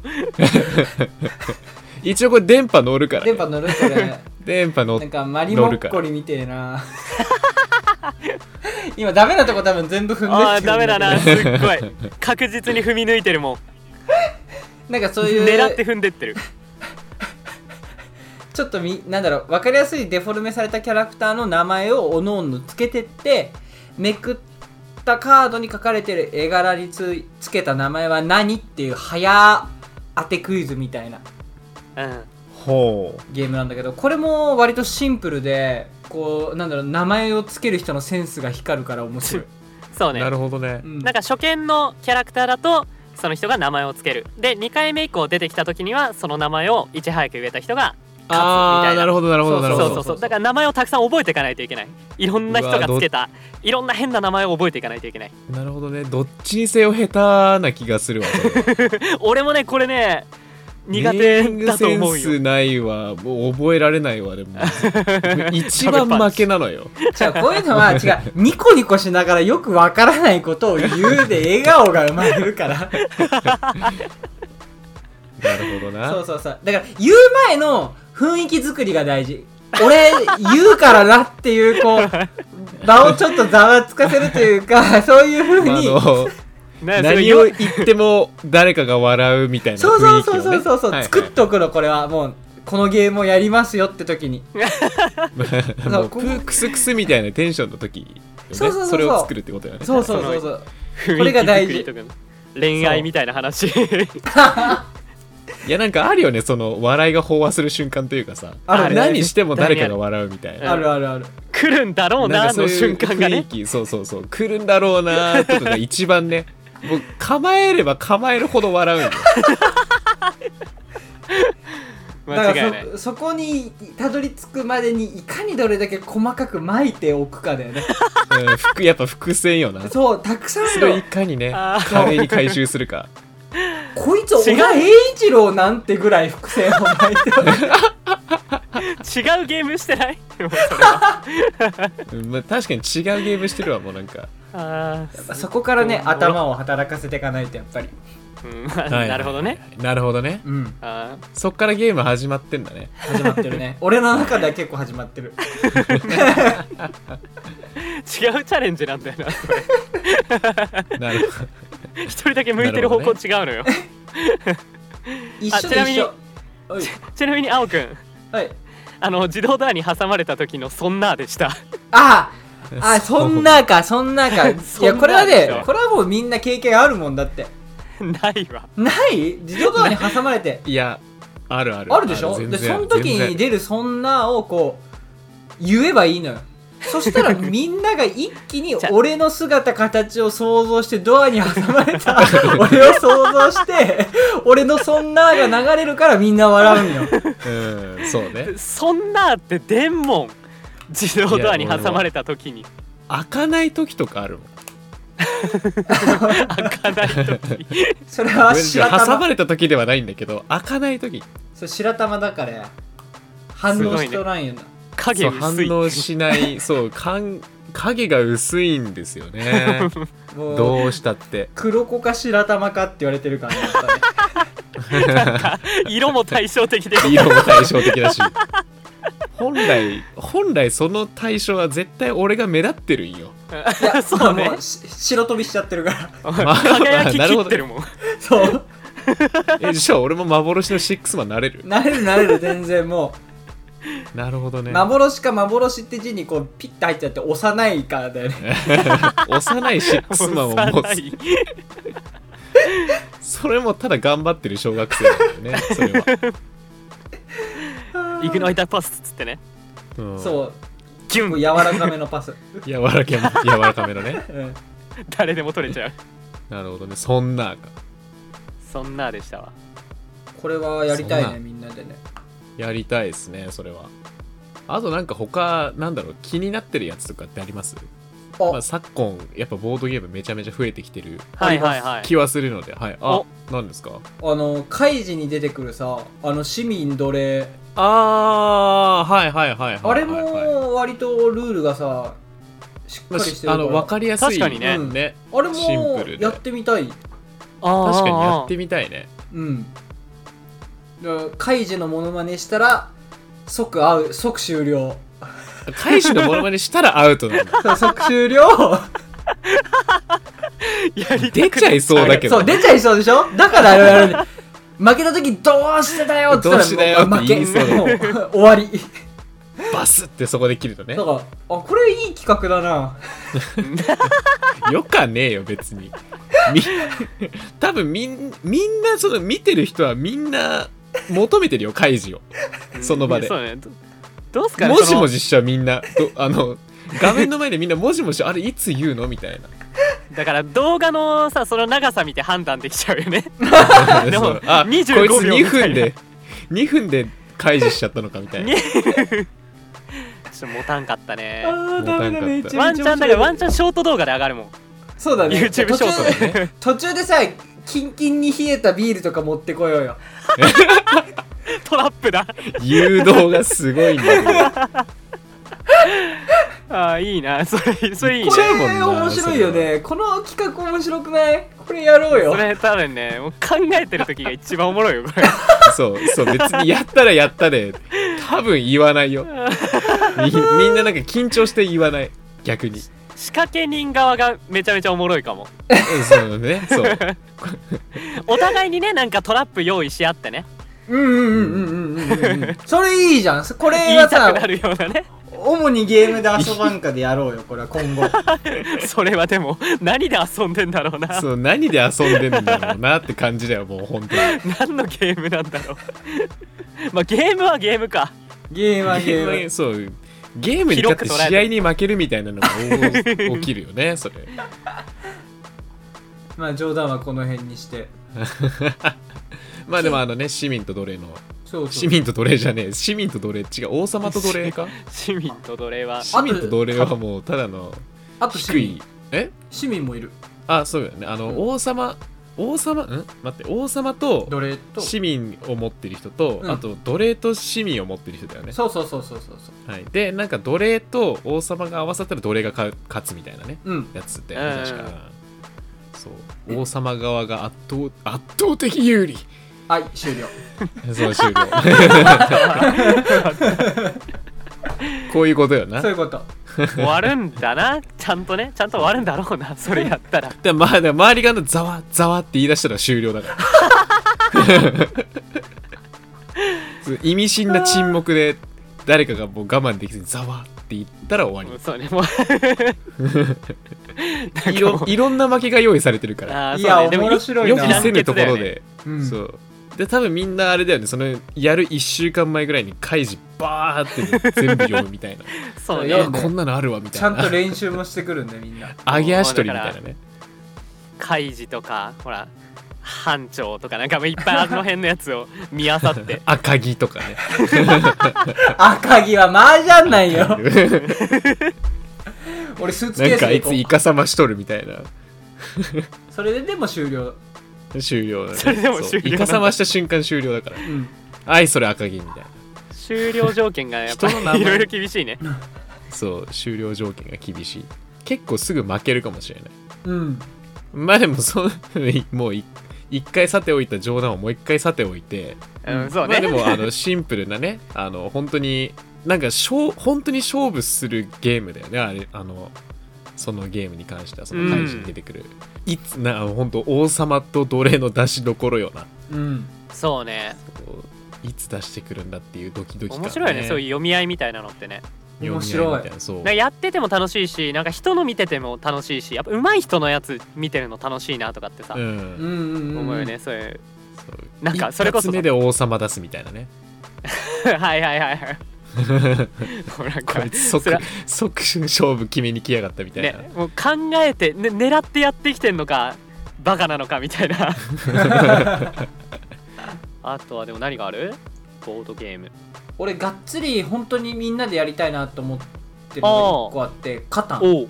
S1: 一応これ電波乗るからね
S3: 電波乗るそれ
S1: 電波乗っ
S3: なんかマリモッコリみてえな 今ダメなとこ多分全部踏んで
S2: あ
S3: っ
S2: あ
S3: てく
S2: ダメ
S3: るん
S2: だ
S3: けど
S2: なすっごい確実に踏み抜いてるもん
S3: なんかそういう
S2: 狙って踏んでってる
S3: ちょっとみなんだろう分かりやすいデフォルメされたキャラクターの名前をおのおのつけてってめくったカードに書かれてる絵柄につつけた名前は何っていう早当てクイズみたいな
S2: うん
S1: ほう
S3: ゲームなんだけどこれも割とシンプルでこうなんだろう名前をつける人のセンスが光るから面 白い、
S2: そうね
S1: なるほどね
S3: う。ん
S2: なんか初見のキャラクターだとその人が名前をつけるで2回目以降出てきた時にはその名前をいち早く言えた人が勝つみ
S1: あ
S2: た
S1: あ
S2: い
S1: な
S2: な
S1: るほどなるほどなる
S2: そ
S1: ほ
S2: う
S1: ど。
S2: そうそうだから名前をたくさん覚えていかないといけないいろんな人がつけたいろんな変な名前を覚えていかないといけない
S1: なるほどね。どっちにせよ下手な気がするわ。それ
S2: 俺もねこれね苦
S1: ネーミン
S2: 手
S1: グ
S2: だと思う
S1: セン
S2: よ
S1: スないわ。もう覚えられないわ。でも一番負けなのよ。
S3: じゃあこういうの は違うニコニコしながらよくわからないことを言うで笑顔が生まれ るから
S1: なるほどな。
S3: そうそうそうだから言う前の雰囲気作りが大事俺言うからなっていうこ う場をちょっとざわつかせるというか そういうふう
S1: まああ
S3: に、
S1: の
S2: ねそれ
S1: 何を言っても誰かが笑うみたいな
S3: そう
S1: 雰
S3: そう
S1: 囲気を
S3: そう
S1: ね。
S3: そうそうそう、
S1: はいはい
S3: 作っとくのこれはもうこのゲームをやりますよって時に
S1: もうプークスクスみたいなテンションの時よね
S3: そうそうそうそう
S1: それを作るってことだよね
S3: そうそうそうそう
S2: 雰囲気
S3: これが大事
S2: 作りとか恋愛みたいな話
S1: いやなんかあるよねその笑いが飽和する瞬間というかさ
S3: あるある
S1: 何しても誰かが笑うみたいな
S3: あるあるある
S2: 来るんだろ
S1: な
S2: う
S1: ん
S2: な
S1: かそう
S2: の
S1: いう
S2: 瞬間が
S1: 雰囲
S2: ね
S1: 気そうそうそう来るんだろうなとかが一番 ねもう構えれば構えるほど笑うんだよ
S2: 間違
S3: だか
S2: い
S3: ら
S2: ない
S3: そそこにたどり着くまでにいかにどれだけ細かく巻いておくかだよ ね
S1: うんふくやっぱ伏線よなそ
S3: そうたくさんあ
S1: れをい
S3: る
S1: かにね
S2: あー
S1: 華麗に回収するか
S3: こいつ
S2: 違
S3: 小
S2: う
S3: 田栄一郎なんてぐらい伏線を巻いておく
S2: 違うゲームしてない もうそれ
S1: うんまあ確かに違うゲームしてるわもうなんか
S2: あー
S3: そこからね
S2: すごい
S3: 頭を働かせていかないとやっぱり
S2: うんまあ
S1: はい
S2: なるほどね
S1: なるほどね
S3: うん
S2: あ
S1: そっからゲーム始まってんだね
S3: 始まってるね俺の中では結構始まってる
S2: ー違うチャレンジなんだよな
S1: なるほど
S2: 一人だけ向いてる方向違うのよ、
S3: 一
S2: あ
S3: 緒
S2: ちなみに
S3: で一緒おい
S2: ちなみに青くん
S3: はい
S2: あの自動ドアに挟まれた時の「そんな」でした
S3: あああそんなか そんなかいやこれは
S2: そんな
S3: ね
S2: か
S3: これはもうみんな経験あるもんだって
S2: ないわ
S3: ない自動ドアに挟まれて
S1: いや、あるある。
S3: あるでしょ
S1: 全
S3: で
S1: 然
S3: その時に
S1: 全然
S3: 出るそんなをこう言えばいいのよそし たらみんなが一気に
S2: じゃあ
S3: 俺の姿形を想像してドアに挟まれた俺を想像して俺のそんなが流れるからみんな笑うんよ
S1: うん、そう ね。
S2: そんなってでんもん自動ドアに挟まれた時に
S1: 開かない時とかあるもん。
S2: 開かない 時
S3: それは白
S1: 挟ま
S3: 玉
S1: れた時ではないんだけど、開かない時。
S3: それ白玉だからや反応しとらんよな、
S2: 影
S1: そう、
S2: 薄
S1: 反
S2: い
S1: 応しない、 そう、かん影が薄いんですよね。
S3: もう
S1: どうしたって。
S3: 黒子か白玉かって言われてるからねやっぱね
S2: 色も対照的で
S1: 色も対照的だし。本来、本来その対象は絶対俺が目立ってるんよ。
S3: いや
S2: そうね
S3: もうし白飛びしちゃってるから
S2: 輝ききってるもん
S3: そう
S1: え、じゃあ俺も幻のシックスマンなれる
S3: なれるなれる全然もう
S1: なるほどね。
S3: 幻か幻って字にこうピッて入っちゃって幼いからだよね
S1: 幼いシックスマンを持
S2: 幼
S1: つ。
S2: い
S1: それもただ頑張ってる小学生なんだよね、それは。
S2: イグノイターパスっつってね
S1: うん
S3: そう
S2: ギ
S3: こう
S2: ュン
S3: 柔らかめ のパス、
S1: 柔らかめ柔らかめのね
S3: うん、
S2: 誰でも取れちゃう
S1: なるほどねそんなか
S2: そんなでしたわ
S3: これはやりた
S1: そ
S3: いう
S1: な
S3: ねみんなでね
S1: やりたいですねそれはあとなんか他なんだろう気になってるやつとかってあります、
S3: あ、
S1: まあ、昨今やっぱボードゲームめちゃめちゃ増えてきてる
S2: はいはいはい
S1: 気はするのではい、あ何ですか
S3: あの怪事に出てくるさあの市民奴隷
S1: あーはいはいはいはい
S3: あれ
S1: はいはい
S3: も割とルールがさしっか
S1: ま
S3: り
S1: あ
S3: して
S1: し
S3: る
S1: あ
S3: から
S1: の分かりやすい
S2: 確かにね
S1: うんね
S3: あれも
S1: シンプルで
S3: やってみたい
S2: あー
S1: 確かにやってみたいね
S3: うんだから怪事のモノマネしたら即会う即終了
S1: 開始のモノマネしたらアウトなんだ
S3: そう即終了
S2: やり
S1: 出ちゃいそうだけど
S3: そう、出ちゃいそうでしょだからあれやる ね。負けた時どうしてだよって言
S1: どうしてだよ
S3: ったらも
S1: って言いそうだ
S3: う負け。もう終わり。
S1: バスってそこで切るとね
S3: だから、あ、これいい企画だな。
S1: よかねえよ別にみ 多分みんみんなその見てる人はみんな求めてるよ開示をその場で
S2: そうねどうすかね
S1: もじも
S2: そ
S1: じしちゃうみんなどあの画面の前でみんなもじもじあれいつ言うのみたいな
S2: のだから動画のさその長さ見て判断できちゃうよね でも
S1: そうあこいつ
S2: 25
S1: 2
S2: 秒みたいな
S1: 分で2分で開示しちゃったのかみた いな
S2: にちょっと持たんかったね
S3: あーダメだめ
S1: 持んかった
S3: ったちゃ
S2: ワ
S3: め
S2: ン
S3: ち
S2: チ
S3: ゃ
S2: ャンだからワンチ
S3: ャン
S2: ャンショート動画で上がるもん
S3: そうだね
S2: YouTube ショート
S3: 途中
S2: で
S3: で
S2: ね
S3: 途中でさキンキンに冷えたビールとか持ってこようよ
S2: トラップだ
S1: 誘導がすごいんだけど
S2: あーいいなそれそれいいね
S3: こ
S1: そう
S3: れ
S1: もんな
S3: 面白いよねこの企画面白くないこれやろうよ
S2: それ多分ねもう考えてる時が一番おもろいよこれ
S1: そうそう別にやったらやったで多分言わ ないよみみんななんか緊張して言わない逆に
S2: 仕掛け人側がめちゃめちゃおもろいかも
S1: うんそうねそう
S2: お互いにねなんかトラップ用意し合ってね
S3: うんうんうんうんうんうん うんそれいいじゃんこれ
S2: 言い
S3: は
S2: た
S3: さ
S2: くなるようなね
S3: 主にゲームで遊ばんかでやろうよこれは 今後
S2: それはでも何で遊んでんだろうな
S1: そう何で遊んでんだろうなって感じだよもう本当に
S2: 何のゲームなんだろうまあゲームはゲームか
S3: ゲームはゲーム
S1: そうゲームに勝って試合に負けるみたいなのがお起きるよ ねそれ
S3: まあ冗談はこの辺にして
S1: まあでもあのね市民と奴隷の
S3: そうそう
S1: 市民と奴隷じゃねえ市民と奴隷違う王様と奴隷か
S2: 市民と奴 隷は
S1: 市民と奴隷はもうただの
S3: あと市
S1: 低
S3: 民
S1: いえ
S3: 市民もいる
S1: あそうだよねあの、王様王様ん待って王様と
S3: 奴隷と
S1: 市民を持ってる人と、
S3: うん
S1: あと奴隷と市民を持ってる人だよね、
S3: そうそうそうそうそうそう
S1: はい、でなんか奴隷と王様が合わさったら奴隷がか勝つみたいなね
S3: うん
S1: やつだよね
S2: うん
S1: 確かそう王様側が圧倒圧倒的有利
S3: はい終了
S1: そう終了 こういうことよな
S3: そういうこと
S2: 終わるんだなちゃんとねちゃんと終わるんだろうなそれやったら
S1: で、まあ、で周りがあのざわざわって言い出したら終了だから そう意味深な沈黙で誰かがもう我慢できずにざわって言ったら終
S2: も
S1: わ
S2: うそうねもう
S1: りいろいろんな負けが用意されてるから
S2: あー
S3: い
S2: そう
S3: や
S2: ねでも
S3: 面白い
S1: 予
S2: よ
S3: な
S2: く
S1: 期
S2: 団
S1: せ
S2: 結
S1: ぬとこ
S2: だよ
S1: ろ
S2: ね
S1: で、
S3: うん
S1: そうで多分みんなあれだよねそのやる1週間前ぐらいに開示バーって全部読むみたいな
S2: そう
S3: いや
S2: ね
S1: あこんなのあるわみたい
S3: ちゃ
S1: なん
S3: と練習もしてくるんでみんな
S1: 揚げ足取りみたいなね
S2: 開示とかほら班長とかなんかもういっぱいあの辺のやつを見あさ って
S1: 赤城とかね
S3: 赤城は麻 雀ないよ俺スーツ
S1: な
S3: ケ
S1: ん
S3: ース
S1: かあ
S3: で
S1: い
S3: 行こ
S1: つイカサマしとるみたいな
S3: うそれででも終了
S1: 終了だね
S2: それでも終了
S1: そうイカサマした瞬間終了だから
S3: うん
S1: はいそれ赤城みたいな
S2: 終了条件がやっぱ
S1: 人の名前
S2: りいろいろ厳しいね
S1: そう終了条件が厳しい結構すぐ負けるかもしれない
S3: うん
S1: まあでもそのもうい一回さておいた冗談をもう一回さておいて
S2: うんそう
S1: まあで
S2: ね
S1: もあのシンプルなねあの本当になんかしょう本当に勝負するゲームだよねあれあのそのゲームに関してはその怪人に出てくる、いつな本当王様と奴隷の出しどころよな
S3: うん
S2: そうね
S1: こういつ出してくるんだっていうドキドキ感、
S2: 面白いよねそういう読み合いみたいなのってね
S1: 読み合
S3: 面白い
S1: みたなそう
S2: なんかやってても楽しいしなんか人の見てても楽しいしやっぱ上手い人のやつ見てるの楽しいなとかってさ、
S1: うん
S3: うんうんうん
S2: 思うよねそういう
S1: そう
S2: なんかそれこそ
S1: 一発目で王様出すみたいなね
S2: はいはいはい はいもうなん
S1: こ
S2: か
S1: いつ
S2: そ
S1: 即
S2: れは
S1: 即勝負決めに来やがったみたいな、
S2: ねもう考えて、ね、狙ってやってきてんのかバカなのかみた いなあとはでも何があるボードゲーム
S3: 俺がっつり本当にみんなでやりたいなと思ってるのが1個あってカタン、
S2: おう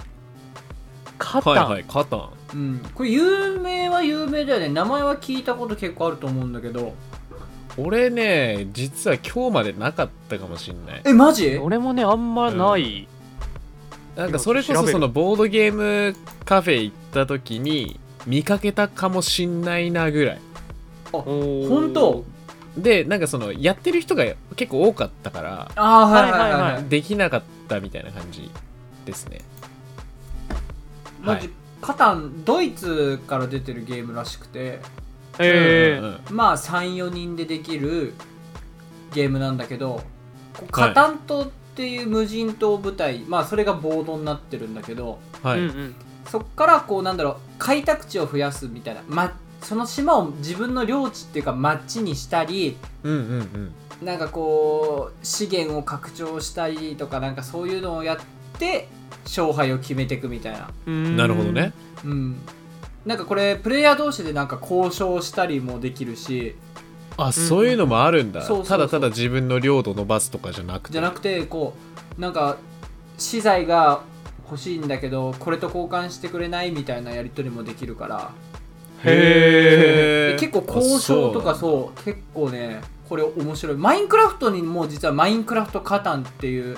S2: カタン、
S1: はいはいカタン
S3: うん、これ有名は有名だよね名前は聞いたこと結構あると思うんだけど
S1: 俺ね実は今日までなかったかもしんない
S3: えマジ
S2: 俺もねあんまない、
S1: なんかそれこそそのボードゲームカフェ行った時に見かけたかもしんないなぐらい
S2: おー
S3: 本当
S1: でなんかそのやってる人が結構多かったから
S3: ああはいはいはい、
S2: はいはいはい
S1: できなかったみたいな感じですね
S3: マジ、カタンドイツから出てるゲームらしくて
S2: え
S1: うん
S2: ー
S1: うんうん
S3: まあ34人でできるゲームなんだけどこうカタン島っていう無人島舞台、まあそれがボードになってるんだけど
S1: はい、
S2: うんうん
S3: そっからこうなんだろう開拓地を増やすみたいな、ま、その島を自分の領地っていうか町にしたり
S1: うんうんうん
S3: なんかこう資源を拡張したりとかなんかそういうのをやって勝敗を決めていくみたいな
S1: なるほどね
S3: うんなんかこれプレイヤー同士でなんか交渉したりもできるし
S1: あそういうのもあるんだ
S3: そうそうそう
S1: ただただ自分の領土伸ばすとかじゃなくて
S3: じゃなくてこうなんか資材が欲しいんだけどこれと交換してくれないみたいなやり取りもできるから
S1: へ
S3: で
S1: え
S3: 結構交渉とかそう結構ねこれ面白いマインクラフトにも実はマインクラフトカタンっていう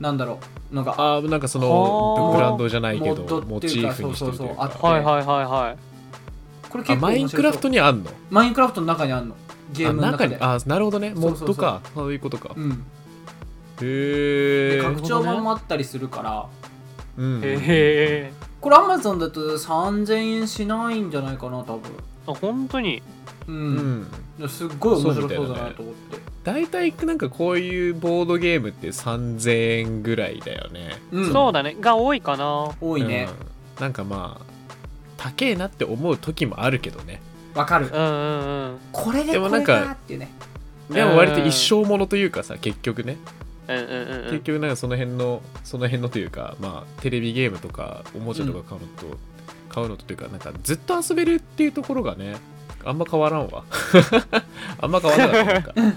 S3: なんだろうのが
S1: あなんかそ
S2: は
S1: の
S2: あ
S1: ブランドじゃないけ
S3: モッ
S1: ど
S3: ド
S1: モ
S3: って
S1: チ
S3: いう
S1: ー
S3: か
S1: フにしてるというか
S3: そうそうそうあ
S2: はいはいはいはい
S3: これ
S1: あ
S3: 結構
S1: マインクラフト
S3: に
S1: にあんの
S3: マインクラフトの中にあるのゲームの
S1: あ
S3: 中
S1: に
S3: で
S1: あなるほどね
S3: そう
S1: モ
S3: そうそ
S1: ッ
S3: う
S1: ドかそういうことか
S3: うん
S1: へ
S3: で
S1: え
S3: 拡張版もあったりするから
S1: うん
S2: へえ
S3: これ Amazon だと3000円しないんじゃないかな多分
S2: あ本当に
S3: う、
S1: うんん
S3: すっごい面白そうだなと思って
S1: 大体なんかこういうボードゲームって3000円ぐらいだよね
S3: う,、
S2: そうだねが多いかな
S3: 多いね
S1: うんなんかまあ高えなって思う時もあるけどね
S3: わ、かる
S2: うんうんうん
S3: これで
S1: でも
S3: こ
S1: な
S3: れ
S1: んか
S3: かっていうね
S1: でも割と一生ものというかさ結局ね
S2: うんうんうんう
S1: 結
S2: ん
S1: 局なんかその辺のその辺のというかまあテレビゲームとかおもちゃとか買うのと、買うのとというかなんかずっと遊べるっていうところがねあんま変わらんわあんま変わらなかったなんか、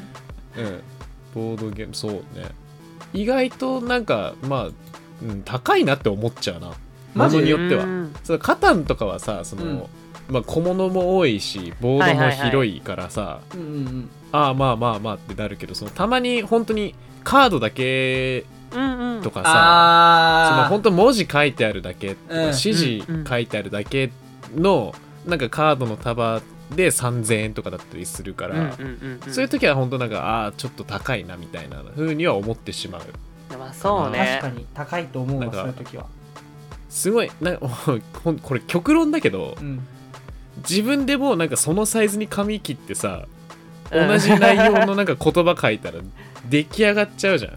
S1: うん、ボードゲームそうね意外となんかまあ、うん、高いなって思っちゃうな
S3: マジ
S1: 物によっては
S2: うん
S1: そのカタンとかはさその、
S3: うん
S1: まあ、小物も多いしボードも広いからさ、
S3: うんうんうん
S1: ああまあまあまあってなるけどそのたまに本当にカードだけ
S2: うんうん
S1: とかさその
S3: あ
S1: 本当文字書いてあるだけと
S3: うん
S1: か指示書いてあるだけのなんかカードの束で3000円とかだったりするか
S2: うんうん
S1: ら、
S2: うんうん
S1: そういう時は本当なんかああちょっと高いなみたいな風には思ってしまう
S2: まあそうね
S3: 確かに高いと思う
S1: なん
S3: わ
S1: か
S3: そういう時は、
S1: すごいなんか ほんこれ極論だけど
S3: うん、
S1: 自分でもうなんかそのサイズに紙切ってさ
S2: うん
S1: 同じ内容のなんか言葉書いたら出来上がっちゃうじゃ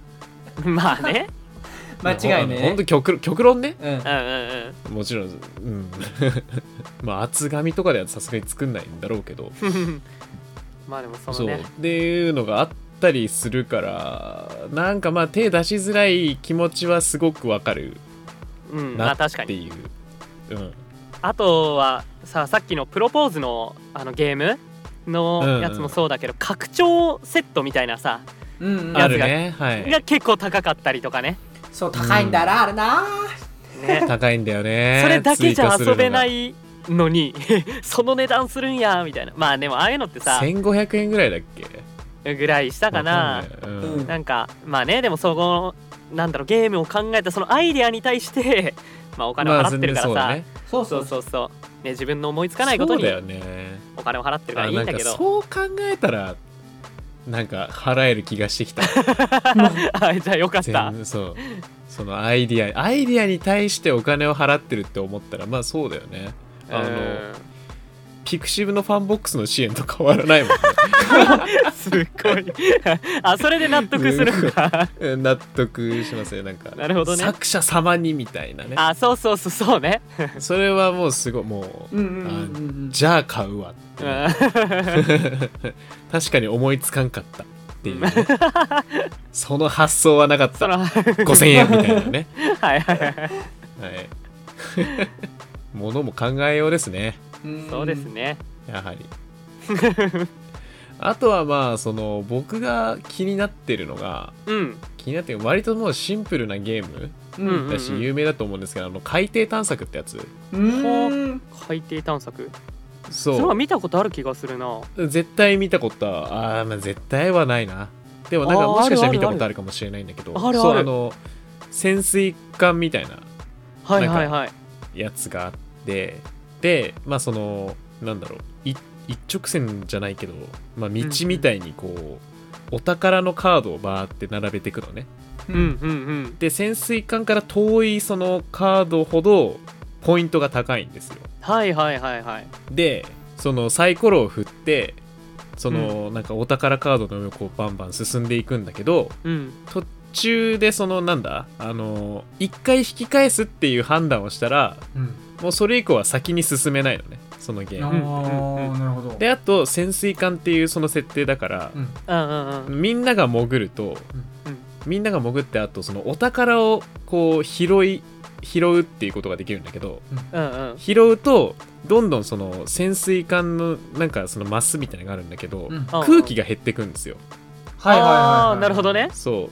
S1: ん
S2: まあね
S3: 間違いね
S1: 本当極論極論ね
S3: うん
S2: うんうん
S1: もちろん、うん、 まあ厚紙とかではさすがに作んないんだろうけど、
S2: うん まあでもそ
S1: そう
S2: のね
S1: っていうのがあったりするからなんかまあ手出しづらい気持ちはすごくわかる
S2: うんま
S1: な
S2: あ確か
S1: って
S2: に
S1: いう、うん、
S2: あとはささっきのプロポーズのあのゲームのやつもそうだけど、拡張セットみたいなさ
S3: うんうん
S1: あるねはい
S2: が結構高かったりとかね
S3: そう高いんだな、あれな
S2: ね
S1: 高いんだよね
S2: それだけじゃ遊べないいのに その値段するんやみたいなまあでもああいうのってさ
S1: 1500円ぐらいだっけ
S2: ぐらいしたかな
S1: わかんない
S3: うん
S2: なんかまあねでもそこのなんだろうゲームを考えたそのアイデアに対して まあお金を
S1: まあ
S2: 払ってるからさ、
S1: そうだね
S3: そう
S2: そ
S3: そうう
S2: そ
S3: そう
S2: うそう、ね、自分の思いつかないことに
S1: そうだよね
S2: お金を払ってるから
S1: あ
S2: いい
S1: なん
S2: だ
S1: んか
S2: け ど
S1: そう考えたらなんか払える気がしてきた
S2: あじゃあよかった
S1: 全部そうそのアイディアアイディアに対してお金を払ってるって思ったらまあそうだよねあの
S2: うん
S1: ピクシブのファンボックスの支援と変わら ないもん、ね
S2: すっごい あそれで納得するんだ
S1: うん、納得しますねなんか
S2: なるほどね
S1: 作者様にみたいなね
S2: あそうそうそうそうね
S1: それはもうすごいもう、
S3: うんうんうんうん
S1: じゃあ買うわって
S2: うん
S1: なる 確かに思いつかんかったっていうね、その発想はなかっ
S2: そ
S1: た
S2: の はい
S1: 5000円みたいなね
S2: はいはい
S1: はい。 ものも考えようですね、
S3: うん
S2: そうですね
S1: やはり。 あとはまあ、その、僕が気になってるのが、
S2: うん
S1: 気になってる割ともうシンプルなゲーム
S3: うん
S2: うん
S1: だし、有名だと思うんですけど、あの、海底探索ってやつ。
S3: うん
S2: 海底探索それ
S1: そ
S2: は見たことある気がするな
S1: う。絶対見たことは、あーまあ、絶対はないな。でもなんか、
S2: あー
S1: もしかしたら見た
S2: あるある
S1: ことあるかもしれないんだけど、
S2: あるある
S1: そう、あの、潜水艦みたいな
S2: はいはいはい
S1: やつがあってでまあそのなんだろうい一直線じゃないけど、まあ、道みたいにこう、お宝のカードをバーって並べていくのね
S3: う
S2: うんうんうん
S1: で潜水艦から遠いそのカードほどポイントが高いんですよ
S2: はいはいはいはい
S1: でそのサイコロを振ってその、なんかお宝カードの上をこうバンバン進んでいくんだけど
S2: うん
S1: 途中でそのなんだあの一回引き返すっていう判断をしたら
S3: うん
S1: もうそれ以降は先に進めないのねそのゲー
S3: ああ
S1: ム
S2: うんうん
S3: なるほど
S1: であと潜水艦っていうその設定だから
S3: う、ん
S2: うんうんうん
S1: みんなが潜ると
S2: うん
S1: みんなが潜ってあとそのお宝をこう拾い拾うっていうことができるんだけど
S2: うんうん
S1: 拾うとどんどんその潜水艦のなんかそのマスみたいなのがあるんだけど、
S3: うん
S2: あ
S1: 空気が減ってくんですよ
S3: はいはいはい
S2: あ
S3: は
S2: ー
S3: い
S2: なるほどね
S1: そう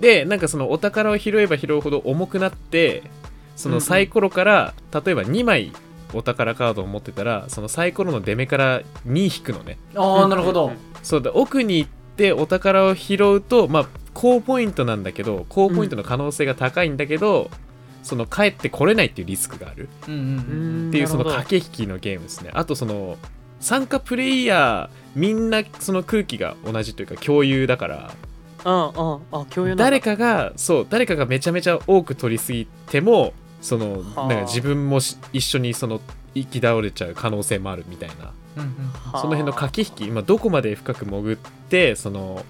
S1: でなんかそのお宝を拾えば拾うほど重くなってそのサイコロから、例えば2枚お宝カードを持ってたらそのサイコロの出目から2引くのね
S3: ああなるほど
S1: そうだ奥に行ってお宝を拾うとまあ高ポイントなんだけど高ポイントの可能性が高いんだけど、その帰ってこれないっていうリスクがある
S3: うんうんうん
S1: っていうその
S2: なるほど
S1: 駆け引きのゲームですねあとその参加プレイヤーみんなその空気が同じというか共有だから
S2: うんうんあ共有なんだ
S1: 誰かがそう誰かがめちゃめちゃ多く取りすぎてもその
S2: は
S1: な
S2: あ
S1: んか自分もし一緒にその行き倒れちゃう可能性もあるみたいな
S3: うんうん
S2: はあ
S1: その辺の駆け引き、まあ、どこまで深く潜ってその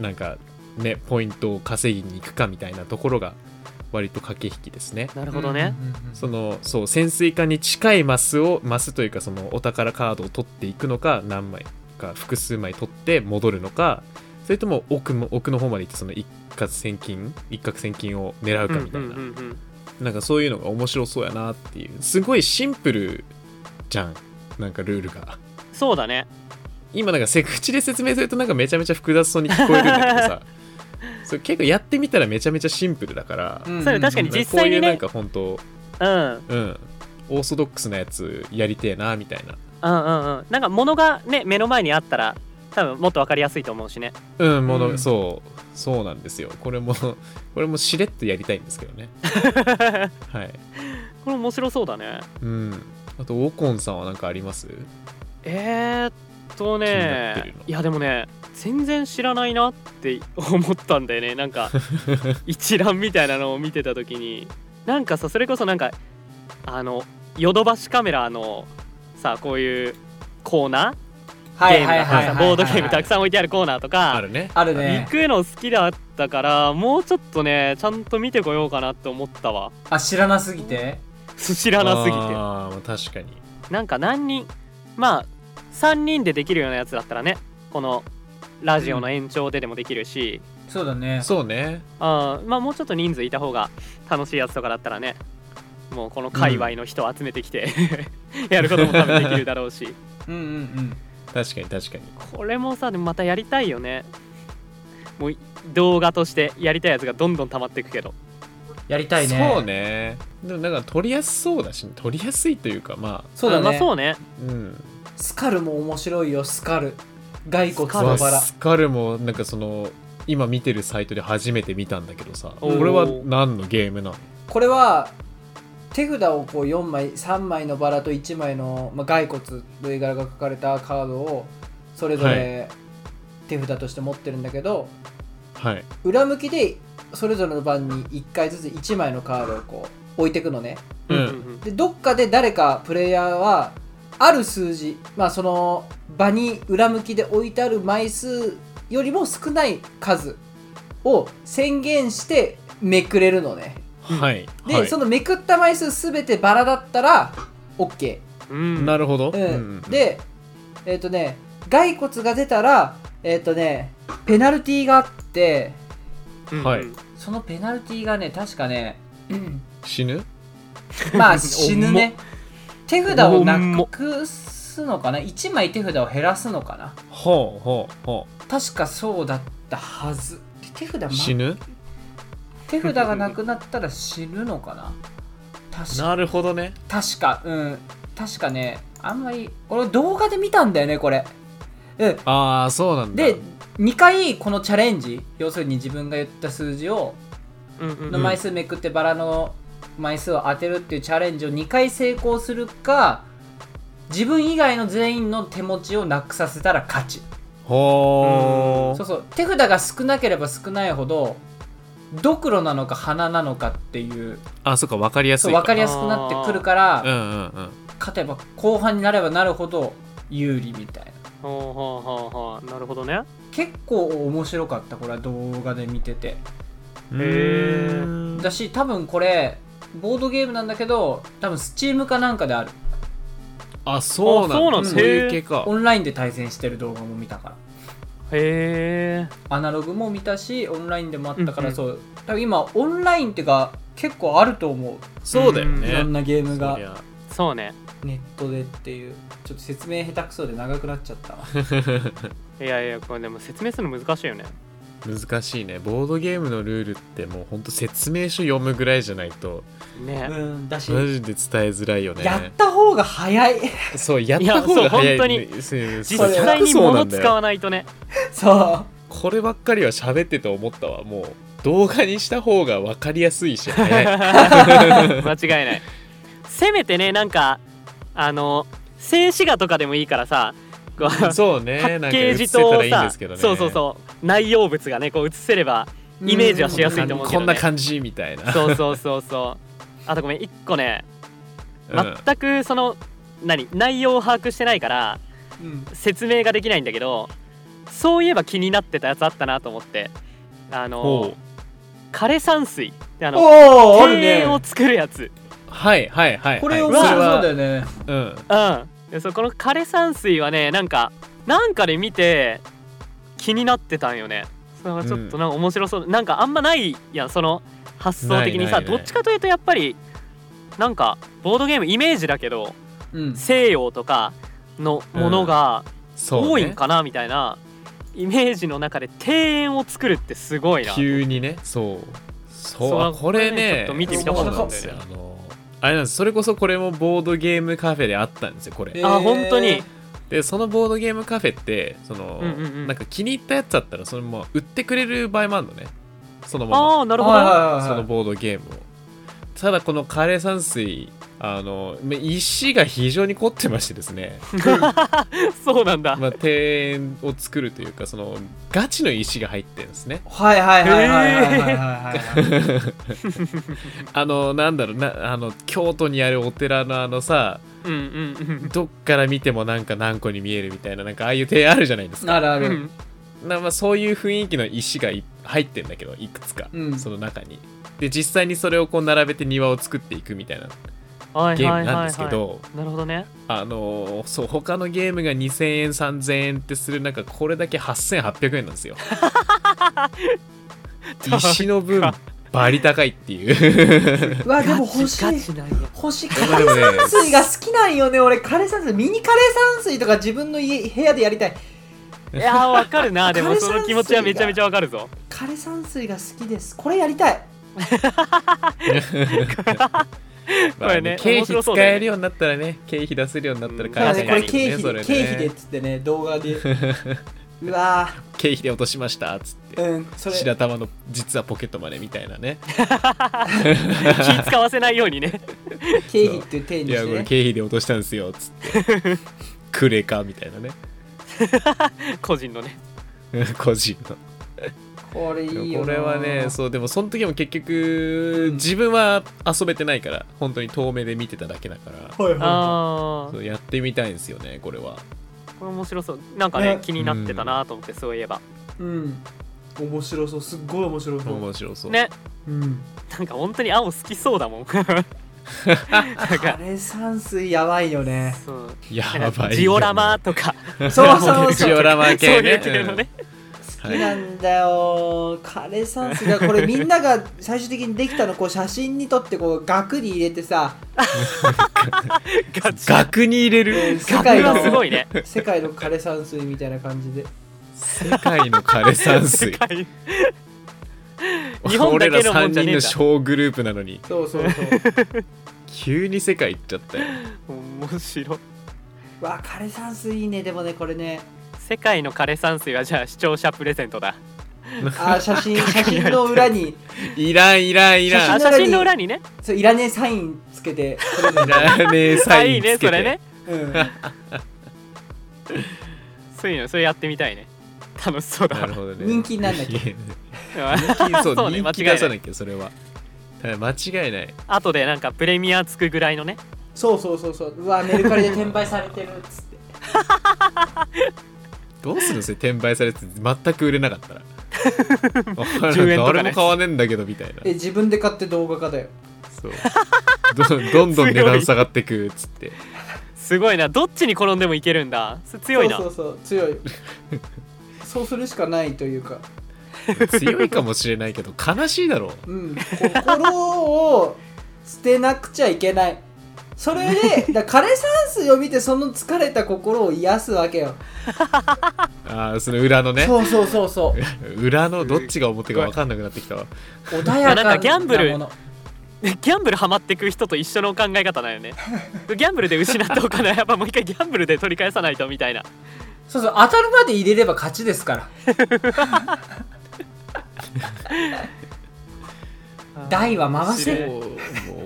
S1: なんかねポイントを稼ぎに行くかみたいなところが割と駆け引きですね。
S2: なるほどね
S3: うんうん
S1: そのそう潜水艦に近いマスをマスというかそのお宝カードを取っていくのか何枚か複数枚取って戻るのかそれとも奥も奥の方まで行ってその一括千金一攫千金を狙う
S2: う
S1: か
S2: ん
S1: みたいな、
S2: うんうんうん
S1: なんかそういうのが面白そうやなっていうすごいシンプルじゃんなんかルールが
S2: そうだね
S1: 今なんかせ口で説明するとなんかめちゃめちゃ複雑そうに聞こえるんだけど さそれ結構やってみたらめちゃめちゃシンプルだから、
S3: うんうんうん
S2: それ確かに
S1: なんか
S2: 実際にね
S1: こういうなんか本当
S2: うんうん
S1: うん、オーソドックスなやつやりてえなみたいな
S2: うんうんなんか物がね目の前にあったら多分もっと分かりやすいと思うしね
S1: うんもの、
S3: うん
S1: そうそうなんですよこれも これもしれっとやりたいんですけどねはい
S2: これ面白そうだね
S1: うんあとオコンさんは何かあります
S2: えー、っと
S1: 気になって
S2: ね
S1: るの
S2: いやでもね全然知らないなって思ったんだよ ねなんか一覧みたいなのを見てた時になんかさそれこそなんかあのヨドバシカメラのさこういうコーナー
S3: は
S2: ゲー
S3: い
S2: ム
S3: はい
S2: だから
S3: はい
S2: さ
S3: はい
S2: ボードゲームたく
S3: さん
S2: さん置いてあるコーナーと
S1: あ
S2: か
S1: るね
S3: ある
S2: 行
S3: ね
S2: くの好きだったからもうちょっとねちゃんと見てこようかなって思ったわ
S3: あ知らなすぎて
S2: 知らなすぎて
S1: あー確かに
S2: なんか何人まあ3人でできるようなやつだったらねこのラジオの延長ででもできるし、
S3: そうだね
S1: そうね
S2: あーまあもうちょっと人数いた方が楽しいやつとかだったらねもうこの界隈の人を集めてきて、 やることも多分できるだろうし
S3: うんうんうん
S1: 確かに確かに
S2: これもさでもまたやりたいよねもうい動画としてやりたいやつがどんどん溜まっていくけど
S3: やりたいね
S1: そうねでもなんか取りやすそうだし取りやすいというかま
S3: そうだ
S2: んまあ
S3: ね
S2: そうね
S1: あうん
S3: スカルも面白いよスカル骸骨
S2: カル
S3: の
S1: わ
S3: バラ
S1: スカルもなんかその今見てるサイトで初めて見たんだけどさこ
S2: おー
S1: れは何のゲームなの
S3: これは手札をこう4枚3枚のバラと1枚の、まあ、骸骨の絵柄が書かれたカードをそれぞれ手札として持ってるんだけど、
S1: はい
S3: 裏向きでそれぞれの番に1回ずつ1枚のカードをこう置いていくのね
S1: うん
S2: ん
S3: でどっかで誰かプレイヤーはある数字まあその場に裏向きで置いてある枚数よりも少ない数を宣言してめくれるのね
S1: はい
S3: で、
S1: はい
S3: そのめくった枚数すべてバラだったら OK、
S2: うん
S1: なるほど、
S3: うん
S1: うん
S3: でえっ、とね骸骨が出たらえっ、とねペナルティーがあって
S2: うん
S1: はい
S2: うん
S3: そのペナルティーがね確かね
S1: 死ぬ
S3: まあ
S2: 重っ
S3: 死ぬね手札をなくすのかな1枚手札を減らすのかな
S1: ほうほうほ
S3: 確かそうだったはずで手札,、ま
S1: う、死ぬ
S3: 手札がなくなったら死ぬのかな確か
S1: なるほどね
S3: 確かうん確かねあんまり俺動画で見たんだよねこれうん
S1: ああそうなんだ
S3: で2回このチャレンジ要するに自分が言った数字を
S2: うんうん
S3: の枚数めくってバラの枚数を当てるっていうチャレンジを2回成功するか自分以外の全員の手持ちをなくさせたら勝ち
S1: ほ
S3: そう
S1: う
S3: そう手札が少なければ少ないほどドクロなのか花なのかっていう
S1: あそっか分かりやす
S3: そう
S1: い
S3: 分
S1: か
S3: かりやすくなってくるから、
S1: うんうんうん
S3: 勝てば後半になればなるほど有利みたいな
S2: ほうほうほうほうなるほどね
S3: 結構面白かったこれは動画で見てて
S1: う
S2: へ
S1: ーん
S3: だし多分これボードゲームなんだけど多分スチームかなんかである
S1: あそうなんだ
S2: あそうなん
S3: だ
S1: そういう系か
S3: オンラインで対戦してる動画も見たから
S2: へえ
S3: アナログも見たしオンラインでもあったか
S2: うんう
S3: ら
S2: ん
S3: そう、多分今オンラインってか結構あると思
S1: そうだよ
S3: う、
S2: え
S3: いろん
S1: ね
S3: なゲームが
S1: そりゃ
S2: そうね
S3: ネットでっていうちょっと説明下手くそで長くなっちゃったわ
S2: いやいやこれでも説明するの難しいよね
S1: 難しいねボードゲームのルールってもうほんと説明書読むぐらいじゃないと
S2: ね
S3: うんだし、
S1: マジで伝えづらいよね
S3: やった方が早い
S1: そうやった方が早い
S2: いや
S1: そう
S2: 実
S1: そう
S2: 際に
S1: そうな
S2: 物
S1: んだよ
S2: 使わないとね
S3: そう
S1: こればっかりは喋ってて思ったわもう動画にした方が分かりやすいし早い
S2: 間違いないせめてねなんかあの静止画とかでもいいからさこうパ
S1: そうね
S2: ッケージ
S1: なんか
S2: と
S1: 映せたらいいん
S2: さ
S1: ですけどね
S2: そうそうそう内容物がねこう映せればイメージはしやすいと思うけ
S1: こ
S2: ど、ね、
S1: んな感じみたいな
S2: そうそうそうそう あとごめん一個ね
S1: うん
S2: 全くその何内容を把握してないから
S3: うん
S2: 説明ができないんだけどそういえば気になってたやつあったなと思ってあ
S1: ほ
S2: の
S1: う
S2: 枯山水ってあの
S3: おおある
S2: 庭園
S3: ね
S2: を作るやつ
S1: はいはいはい
S3: これ面
S1: はいそ
S3: 白そう
S1: れは
S3: だよね
S1: うん
S2: うんでそうこの枯山水はねなんかなんかで見て気になってたんよねそれはちょっとなんか面白そう、なんかあんまないやんその発想的に
S1: な
S2: さ
S1: いないない
S2: どっちかというとやっぱりなんかボードゲームイメージだけど
S3: うん
S2: 西洋とかのものが
S1: そうね
S2: 多いんかなみたいな、イメージの中で庭園を作るってすごいな
S1: 急にねそうそう
S2: そう
S1: あこれね
S2: ちょっと見
S3: てみたかったんだよね
S1: そうなんですよあのあれなんですそれこそこれもボードゲームカフェであったんですよこれ、
S3: え
S2: あ本当に
S1: でそのボードゲームカフェってその、
S2: うんうんうん
S1: なんか気に入ったやつだったらそのまま売ってくれる場合もあるのねそのま
S2: ああなるほど、
S1: まそ
S3: は
S1: のボードゲームをただこの枯山水あのめ石が非常に凝ってましてです ね、
S3: いはいはい
S2: そうなんだ、
S1: まあ、庭園を作るというかそのガチの石が入ってるんですね
S3: はいはいはいはいはいはいはいはい
S1: あのなんだろうなあの京都にあるお寺のあの さ
S2: うんうん
S1: どっから見てもなんか何個に見えるみたいななんかああいう庭園あるじゃないです
S3: あ
S1: か
S3: るあ
S2: うんう
S3: る
S2: ん
S1: な、まあ、そういう雰囲気の石がい入ってんだけどいくつか、
S3: うん
S1: その中にで実際にそれをこう並べて庭を作っていくみたいな
S2: はい
S1: ゲー
S2: は
S1: ム
S2: いはい
S1: なんですけど、
S2: はいなるほどね
S1: あのーそう他のゲームが2000円3000円ってする中これだけ8800円なんですよ石の分バリ高いっていう
S3: うわでも欲しい
S2: ガチガチなんや
S3: 欲しい
S1: で もね
S3: 枯山水が好きなんよね俺枯山水ミニ枯山水とか自分の家部屋でやりたい
S2: いやーわかるなでも
S3: 枯
S2: そ
S3: 山水
S2: の気持ちはめちゃめちゃわかるぞ
S3: 枯山水が好きですこれやりたい
S1: まあね
S2: これね
S1: 経
S2: 面
S1: 費
S2: 白そ
S1: 使
S2: うだよね
S1: えるようになったらね経費出せるようになったら
S3: た
S1: 返
S3: だ
S1: せ
S2: 確
S3: ねこ
S2: か
S1: ないよね
S2: に
S3: れ経費
S1: それね
S3: 経費でっつってね動 画でうわ
S1: 経費で落としましたっつって
S3: ーうんそれ
S1: 白玉の実はポケットまでみたいなね
S2: 気使わせないようにね
S3: 経費っていう手
S1: い
S3: に
S1: や
S3: し
S1: こ
S3: て
S1: れ
S3: ね
S1: 経費で落としたんですよっつってクレカみたいなね
S2: 個人のね
S1: 個人の
S3: これいいよな
S1: これはねそうでもその時も結局自分は遊べてないから本当に遠目で見てただけだから
S3: はいはいは
S2: あ
S1: そうやってみたいんですよねこれは
S2: あこれ面白そうなんかね
S3: ね
S2: 気になってたなと思ってそういえば
S3: いうん面白そうすっごい面白そう
S1: 面白そう
S2: ね
S3: うん
S2: なんか本当に青好きそうだもんなんか
S3: 枯山水やばいよね
S2: そう
S1: や
S2: なん
S1: ば
S2: か
S1: いよ
S2: ジオラマとか
S3: そ うそうそう
S1: ジオラマ
S2: そう
S1: 系
S2: い
S1: ね
S2: う系のね
S3: 好きなんだよ枯山水がこれみんなが最終的にできたのこう写真に撮ってこう額に入れてさ
S2: ガチ
S1: 額に入れる
S3: 世界
S2: 額
S3: の
S2: はすごいね
S3: 世界の枯山水みたいな感じで
S1: 世界の枯山
S2: 世
S1: 水
S2: 界 日本だけのもんじ
S1: 俺ら3人
S2: ゃねえんだ
S1: の小グループなのに
S3: そうそうそう
S1: 急に世界行っちゃったよ
S2: 面白い
S3: わ枯山水いいねでもねこれ ね
S2: 世界の枯山水はじゃあ視聴者プレゼントだ
S3: あー写 真写真の裏に
S1: いらんいらんいらん
S2: あ
S1: い
S2: 写真の裏にね
S3: そういらねえサインつけてプレゼン
S1: らねえ
S2: あ
S1: サ
S2: い
S1: イ
S2: い
S1: ンつ
S2: ね
S1: け
S2: それ
S1: て
S2: ね
S3: トうん
S2: そういうのそれやってみたいね楽しそうだ
S1: な
S2: わ
S1: るほどね
S3: 人気になんなきゃ
S1: いや
S2: そ
S1: そうう
S2: ね
S1: 人
S2: 間
S1: 気
S2: 違
S1: 出
S2: いな
S1: さ
S2: い
S1: なきゃそれはただ間違いない
S2: あとでなんかプレミアつくぐらいのね
S3: そうそうそうそううわメルカリで転売されてるっつって
S1: どうするんですよ転売されて全く売れなかったら
S2: 10円とかね
S1: 誰も買わねえんだけどみたいな
S3: え自分で買って動画化だよ
S1: そうどどんどん値段下がってくっつって
S2: すごいなどっちに転んでもいけるんだそれ強いな
S3: そうそうそう強 いそうするしかないというか
S1: 強いかもしれないけど悲しいだろ
S3: うん、心を捨てなくちゃいけないそれ でだ枯山水を見てその疲れた心を癒すわけよ、
S1: ああその裏のね
S3: そうそうそうそう
S1: 裏のどっちが表か分かんなくなってきたわ
S3: 穏やかなもの
S2: なんかギャンブルギャンブルハマってく人と一緒の考え方だ よねギャンブルで失ったお金はやっぱもう一回ギャンブルで取り返さないとみ たいな
S3: そうそう当たるまで入れれば勝ちですから台は回
S1: そ
S3: せ
S1: う
S3: る
S1: も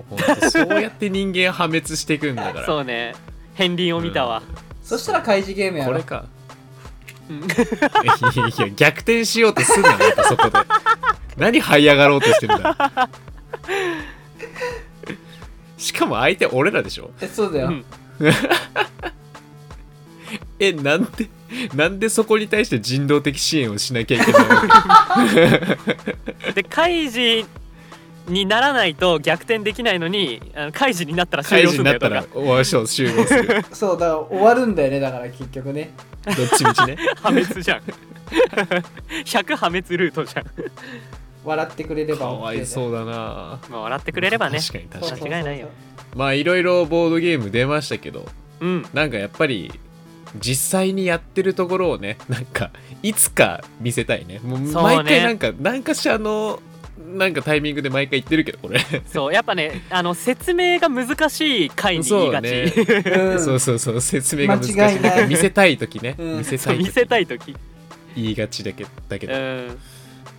S1: う本当そうやって人間破滅していくんだから
S2: そうね片鱗を見たわ、
S3: そしたら開示ゲームや
S1: こ
S3: ろ
S1: れか
S2: うん
S1: いやいや逆転しようとすんなまたそこで何這い上がろうとしてるんだしかも相手俺らでしょ
S3: えそうだよ、
S2: うん
S1: えなんでなんでそこに対して人道的支援をしなきゃいけないわけ
S2: で開示にならないと逆転できないのにあの開示になったら終
S1: 開
S2: 了す
S1: 示
S2: るん
S1: に
S2: だ
S1: なっ
S2: よ
S1: た
S2: と
S1: ら
S2: か
S1: 終わりしょう集合するどっ
S3: そうだから終わるんだよねだから結局ね
S1: ちみち ね
S2: 破滅じゃん100破滅ルートじゃん、
S3: 笑ってくれれば
S1: かわい
S3: そう
S1: そうだな
S2: まあ、笑ってくれればね
S1: 確かに確か
S3: そう
S1: に
S3: そう
S2: 間違いないよ
S1: まあいろいろボードゲーム出ましたけど
S2: うん
S1: なんかやっぱり実際にやってるところをね なんかいつか見せたいねもう
S2: そうね
S1: 毎回なんか何、かしらのなんかタイミングで毎回言ってるけどこれ、
S2: そうやっぱねあの説明が難しい回に言いがち、
S1: そう
S3: う ん
S1: そうそうそう説明が難しい
S3: 間違いない
S1: んか見せたい時ね、
S3: うん
S1: 見せ
S2: そ
S1: た
S2: う
S1: い時
S2: 見せたい時
S1: 言いがちだけだけ
S2: う
S1: ど、
S2: ん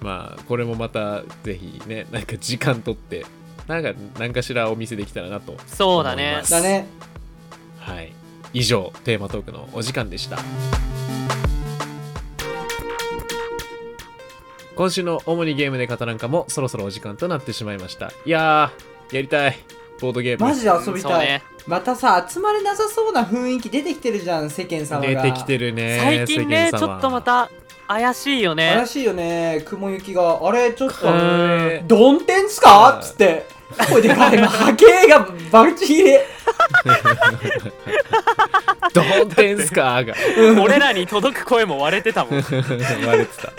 S1: まあこれもまたぜひねなんか時間取ってなんか何かしらお見せできたらなと
S2: そうだね
S3: だね
S1: はい以上テーマトークのお時間でした今週の主にゲームで語らんかもそろそろお時間となってしまいましたいやーやりたいボードゲーム
S3: マジで遊び
S2: そう
S3: たい、
S2: ね
S3: またさ集まれなさそうな雰囲気出てきてるじゃん世間様
S1: 出
S3: が
S1: てきてるね
S2: 最近
S1: 世
S2: ね
S1: 間
S2: ち
S1: 様
S2: ょっとまた怪しいよね
S3: 怪しいよね雲行きがあれちょっと
S1: これ
S3: どん天っすか
S1: うん
S3: っつって声でかいな波形がバルチ切れ
S1: どんてんすか ーが
S2: 俺らに届く声も割れ てたもん
S1: 言われてた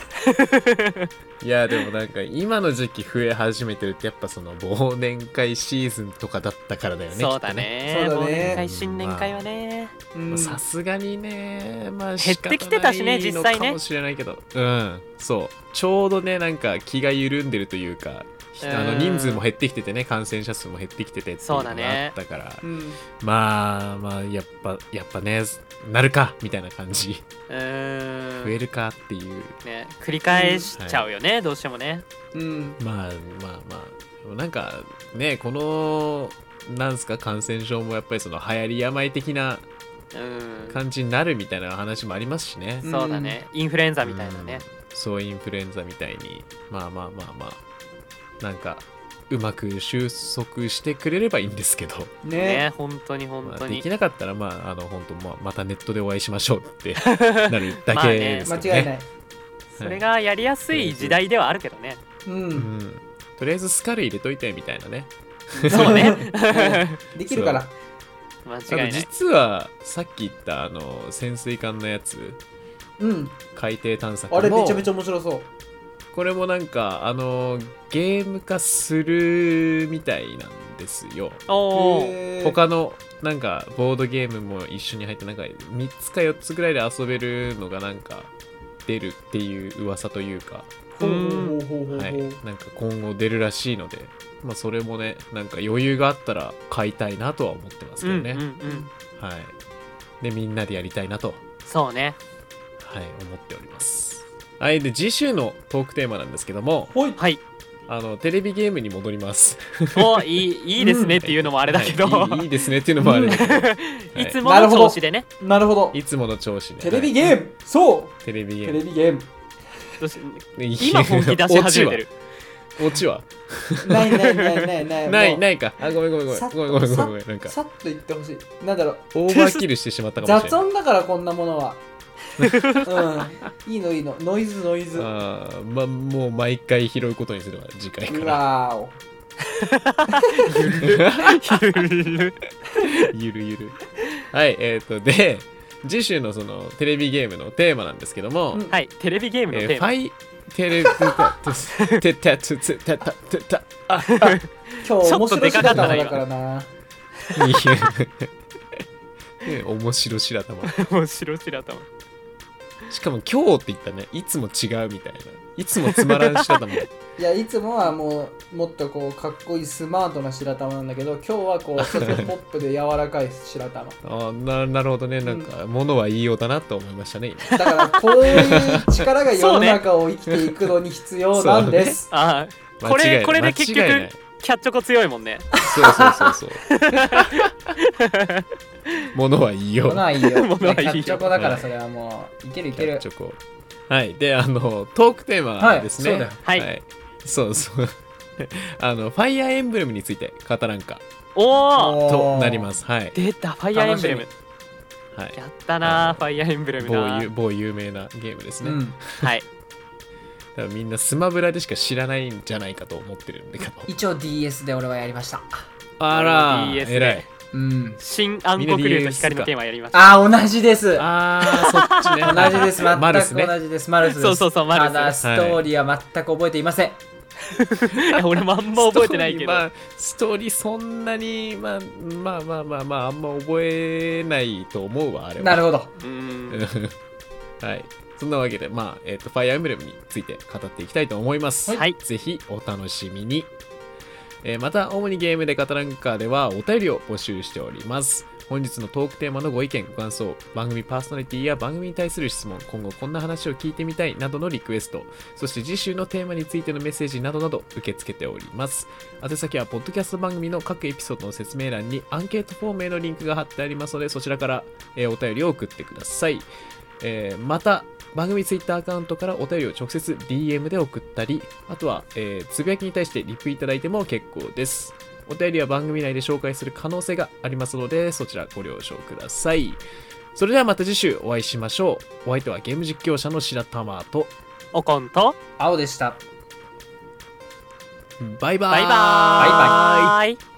S1: いやでもなんか今の時期増え始めてるってやっぱその忘年会シーズンとかだったからだよね
S2: そうだ
S3: き
S2: ね
S3: っとね
S2: 忘年会新年会はね、
S3: うん
S1: さすがにね、まあ、
S2: 減ってきてたしね
S1: 仕方ないの
S2: 実際ね
S1: かもしれないけど、うん、そう、ちょうどね、なんか気が緩んでるというか、ひあ
S2: う
S1: の
S2: ん
S1: 人数も減ってきててね、感染者数も減ってきててっていうの
S2: そう
S1: が
S2: だ
S1: あ
S2: ね
S1: ったから、
S3: うん
S1: まあまあ、やっぱ、やっぱね、なるかみたいな感じ、
S2: うーん
S1: 増えるかっていう、
S2: ね、繰り返しちゃうよね、どうしてもね
S3: うん
S1: まあまあまあ、でもなんかね、この、なんすか、感染症もやっぱりその流行り病的な
S2: うん
S1: 感じになるみたいな話もありますしね。
S2: そうだねインフルエンザみたいなね
S1: うんそうインフルエンザみたいにまあまあまあまあなんかうまく収束してくれればいいんですけど、
S3: ね
S2: ね本当に本
S1: ま
S2: 当
S1: あ、で
S2: に
S1: きなかったらまああの本当まあまたネットでお会いしましょうってなるだけですけどね
S3: 間違いない
S2: それがやりやすい時代ではあるけどね
S3: う
S1: うんん、とりあえずスカル入れといてみたいなね
S2: そうね
S3: できるから
S2: 間
S1: あ
S2: 違
S1: と
S2: いない
S1: 実はさっき言ったあの潜水艦のやつ
S3: うん
S1: 海底探索も
S3: あれめちゃめちゃ面白そう
S1: これもなんかあのゲーム化するみたいなんですよ
S2: おお
S3: へー
S1: 他のなんかボードゲームも一緒に入ってなんか3つか4つぐらいで遊べるのがなんか出るっていう噂というか、
S3: ほうほうほうほうほう
S1: はい、なんか今後出るらしいので、まあ、それもねなんか余裕があったら買いたいなとは思ってます
S2: う
S1: けど
S2: んう
S1: ね、
S2: んうん
S1: はい、でみんなでやりたいなと、
S2: そうね
S1: はい、思っておりますはいで次週のトークテーマなんですけども
S3: ほ い
S2: はい
S1: あのテレビゲームに戻ります
S2: おいいいいですねっていうのもあれだけど、
S1: はいい いいですねっていうのもあれだけど、はい
S2: いつもの調子でね
S3: なるほど
S1: いつもの調子で、
S3: テレビ
S1: ー
S3: ゲームそう
S1: ムテレビゲー
S3: テ
S1: ム
S3: レビゲーム
S2: どうし今
S1: 今
S2: 本気出し始めてる。
S1: オチは
S3: ないないないないな
S1: オチ
S3: い
S1: は ない
S3: い
S1: ないかあごめんごめんごめん
S3: さっと
S1: ごめんごめんご
S3: さ
S1: めんごめんなんか
S3: さっと言ってほしいなんだろう
S1: オーバーキルしてしまったかもしれ
S3: 雑
S1: ない
S3: 音だからこんなも のはうんいいのいいのノイズノイズう
S1: あーまもう毎回拾うことにするわ次回から
S3: わーお
S1: ゆ
S2: ゆる
S1: るゆるはい、えっ、と、で、次週のそのテレビゲームのテーマなんですけども、
S3: うん
S2: はいテレビゲームの
S1: えー
S2: テー
S1: フ
S2: マ、
S1: ァイテレビタテテタツツタタテタ
S3: 今日面白い姿
S1: ちょっと
S3: だ
S1: でか
S3: か
S1: から
S3: な。
S1: いや面白白玉
S2: 面白白玉
S1: しかも今日って言ったねいつも違うみたいないつもつまらん白玉
S3: いや、いつもはもう、もっとこう、かっこいいスマートな白玉なんだけど、今日はこう、ちょっとポップで柔らかい白玉。
S1: あーななるほどねなんか物は言いようだなと思いましたね今
S3: だから、こういう力が世の中を生きていくのに必要なんです。
S2: ああこ
S1: 間違い
S2: れ
S1: ない
S2: これで結
S1: 間違いな
S2: 局
S1: い
S2: キャッチョコ強いもんね
S1: そうそうそう そう物は言いよう
S3: 来ないよ。
S2: ものはいいよ
S3: キャッチョコだから、それはもう、いけるいける。
S1: チョコはいであのトークテーマですね
S3: はいそうだよ。
S2: はい
S1: そうそう あのファイアーエンブレムについて語らんか
S2: おお
S1: となりますすはい
S2: 出たファイアーエンブレム
S3: 楽
S1: はい
S2: やったな
S1: あ
S2: あファイアーエンブレム
S1: 某
S2: な
S1: 有某有名なゲームです
S3: う
S1: ね、
S3: ん。
S2: はい
S1: 多分みんなスマブラでしか知らないんじゃないかと思ってるんだけど
S3: 一応 DS で俺はやりました。
S1: あら
S2: DS で
S1: えらい
S3: うん。
S2: 新暗黒竜と光のテーマやりました
S3: ああ、同じで す。
S1: あーそっちね
S3: 同じです。全
S1: マルス
S3: く
S1: ね
S3: 同じです。マルスです。
S2: そうそうそうマルス
S3: ただ、ストーリーは全く覚えていません。
S2: いや俺もあんま覚えてないけ
S1: ストーリー,、
S2: ど、
S1: まあ、ストーリーそんなに、まあ、まあまあまあまああんま覚えないと思うわあれは
S3: なるほど。
S2: う
S1: うんん はい。そんなわけで、まあ、えっ、と、ファイアーエンブレムについて語っていきたいと思います。
S2: はい
S1: ぜひお楽しみに。えーまた、主にゲームで語らんかではお便りを募集しております。本日のトークテーマのご意見、ご感想、番組パーソナリティや番組に対する質問、今後こんな話を聞いてみたいなどのリクエスト、そして次週のテーマについてのメッセージなどなど受け付けております。宛先は、ポッドキャスト番組の各エピソードの説明欄にアンケートフォームへのリンクが貼ってありますので、そちらから、えーお便りを送ってください。えーまた番組ツイッターアカウントからお便りを直接 DM で送ったりあとは、えーつぶやきに対してリプいただいても結構ですお便りは番組内で紹介する可能性がありますのでそちらご了承くださいそれではまた次週お会いしましょうお相手はゲーム実況者の白玉と
S2: おこんと
S3: 青でした。
S1: バイバー
S2: バイバーイ
S3: バイ
S2: イ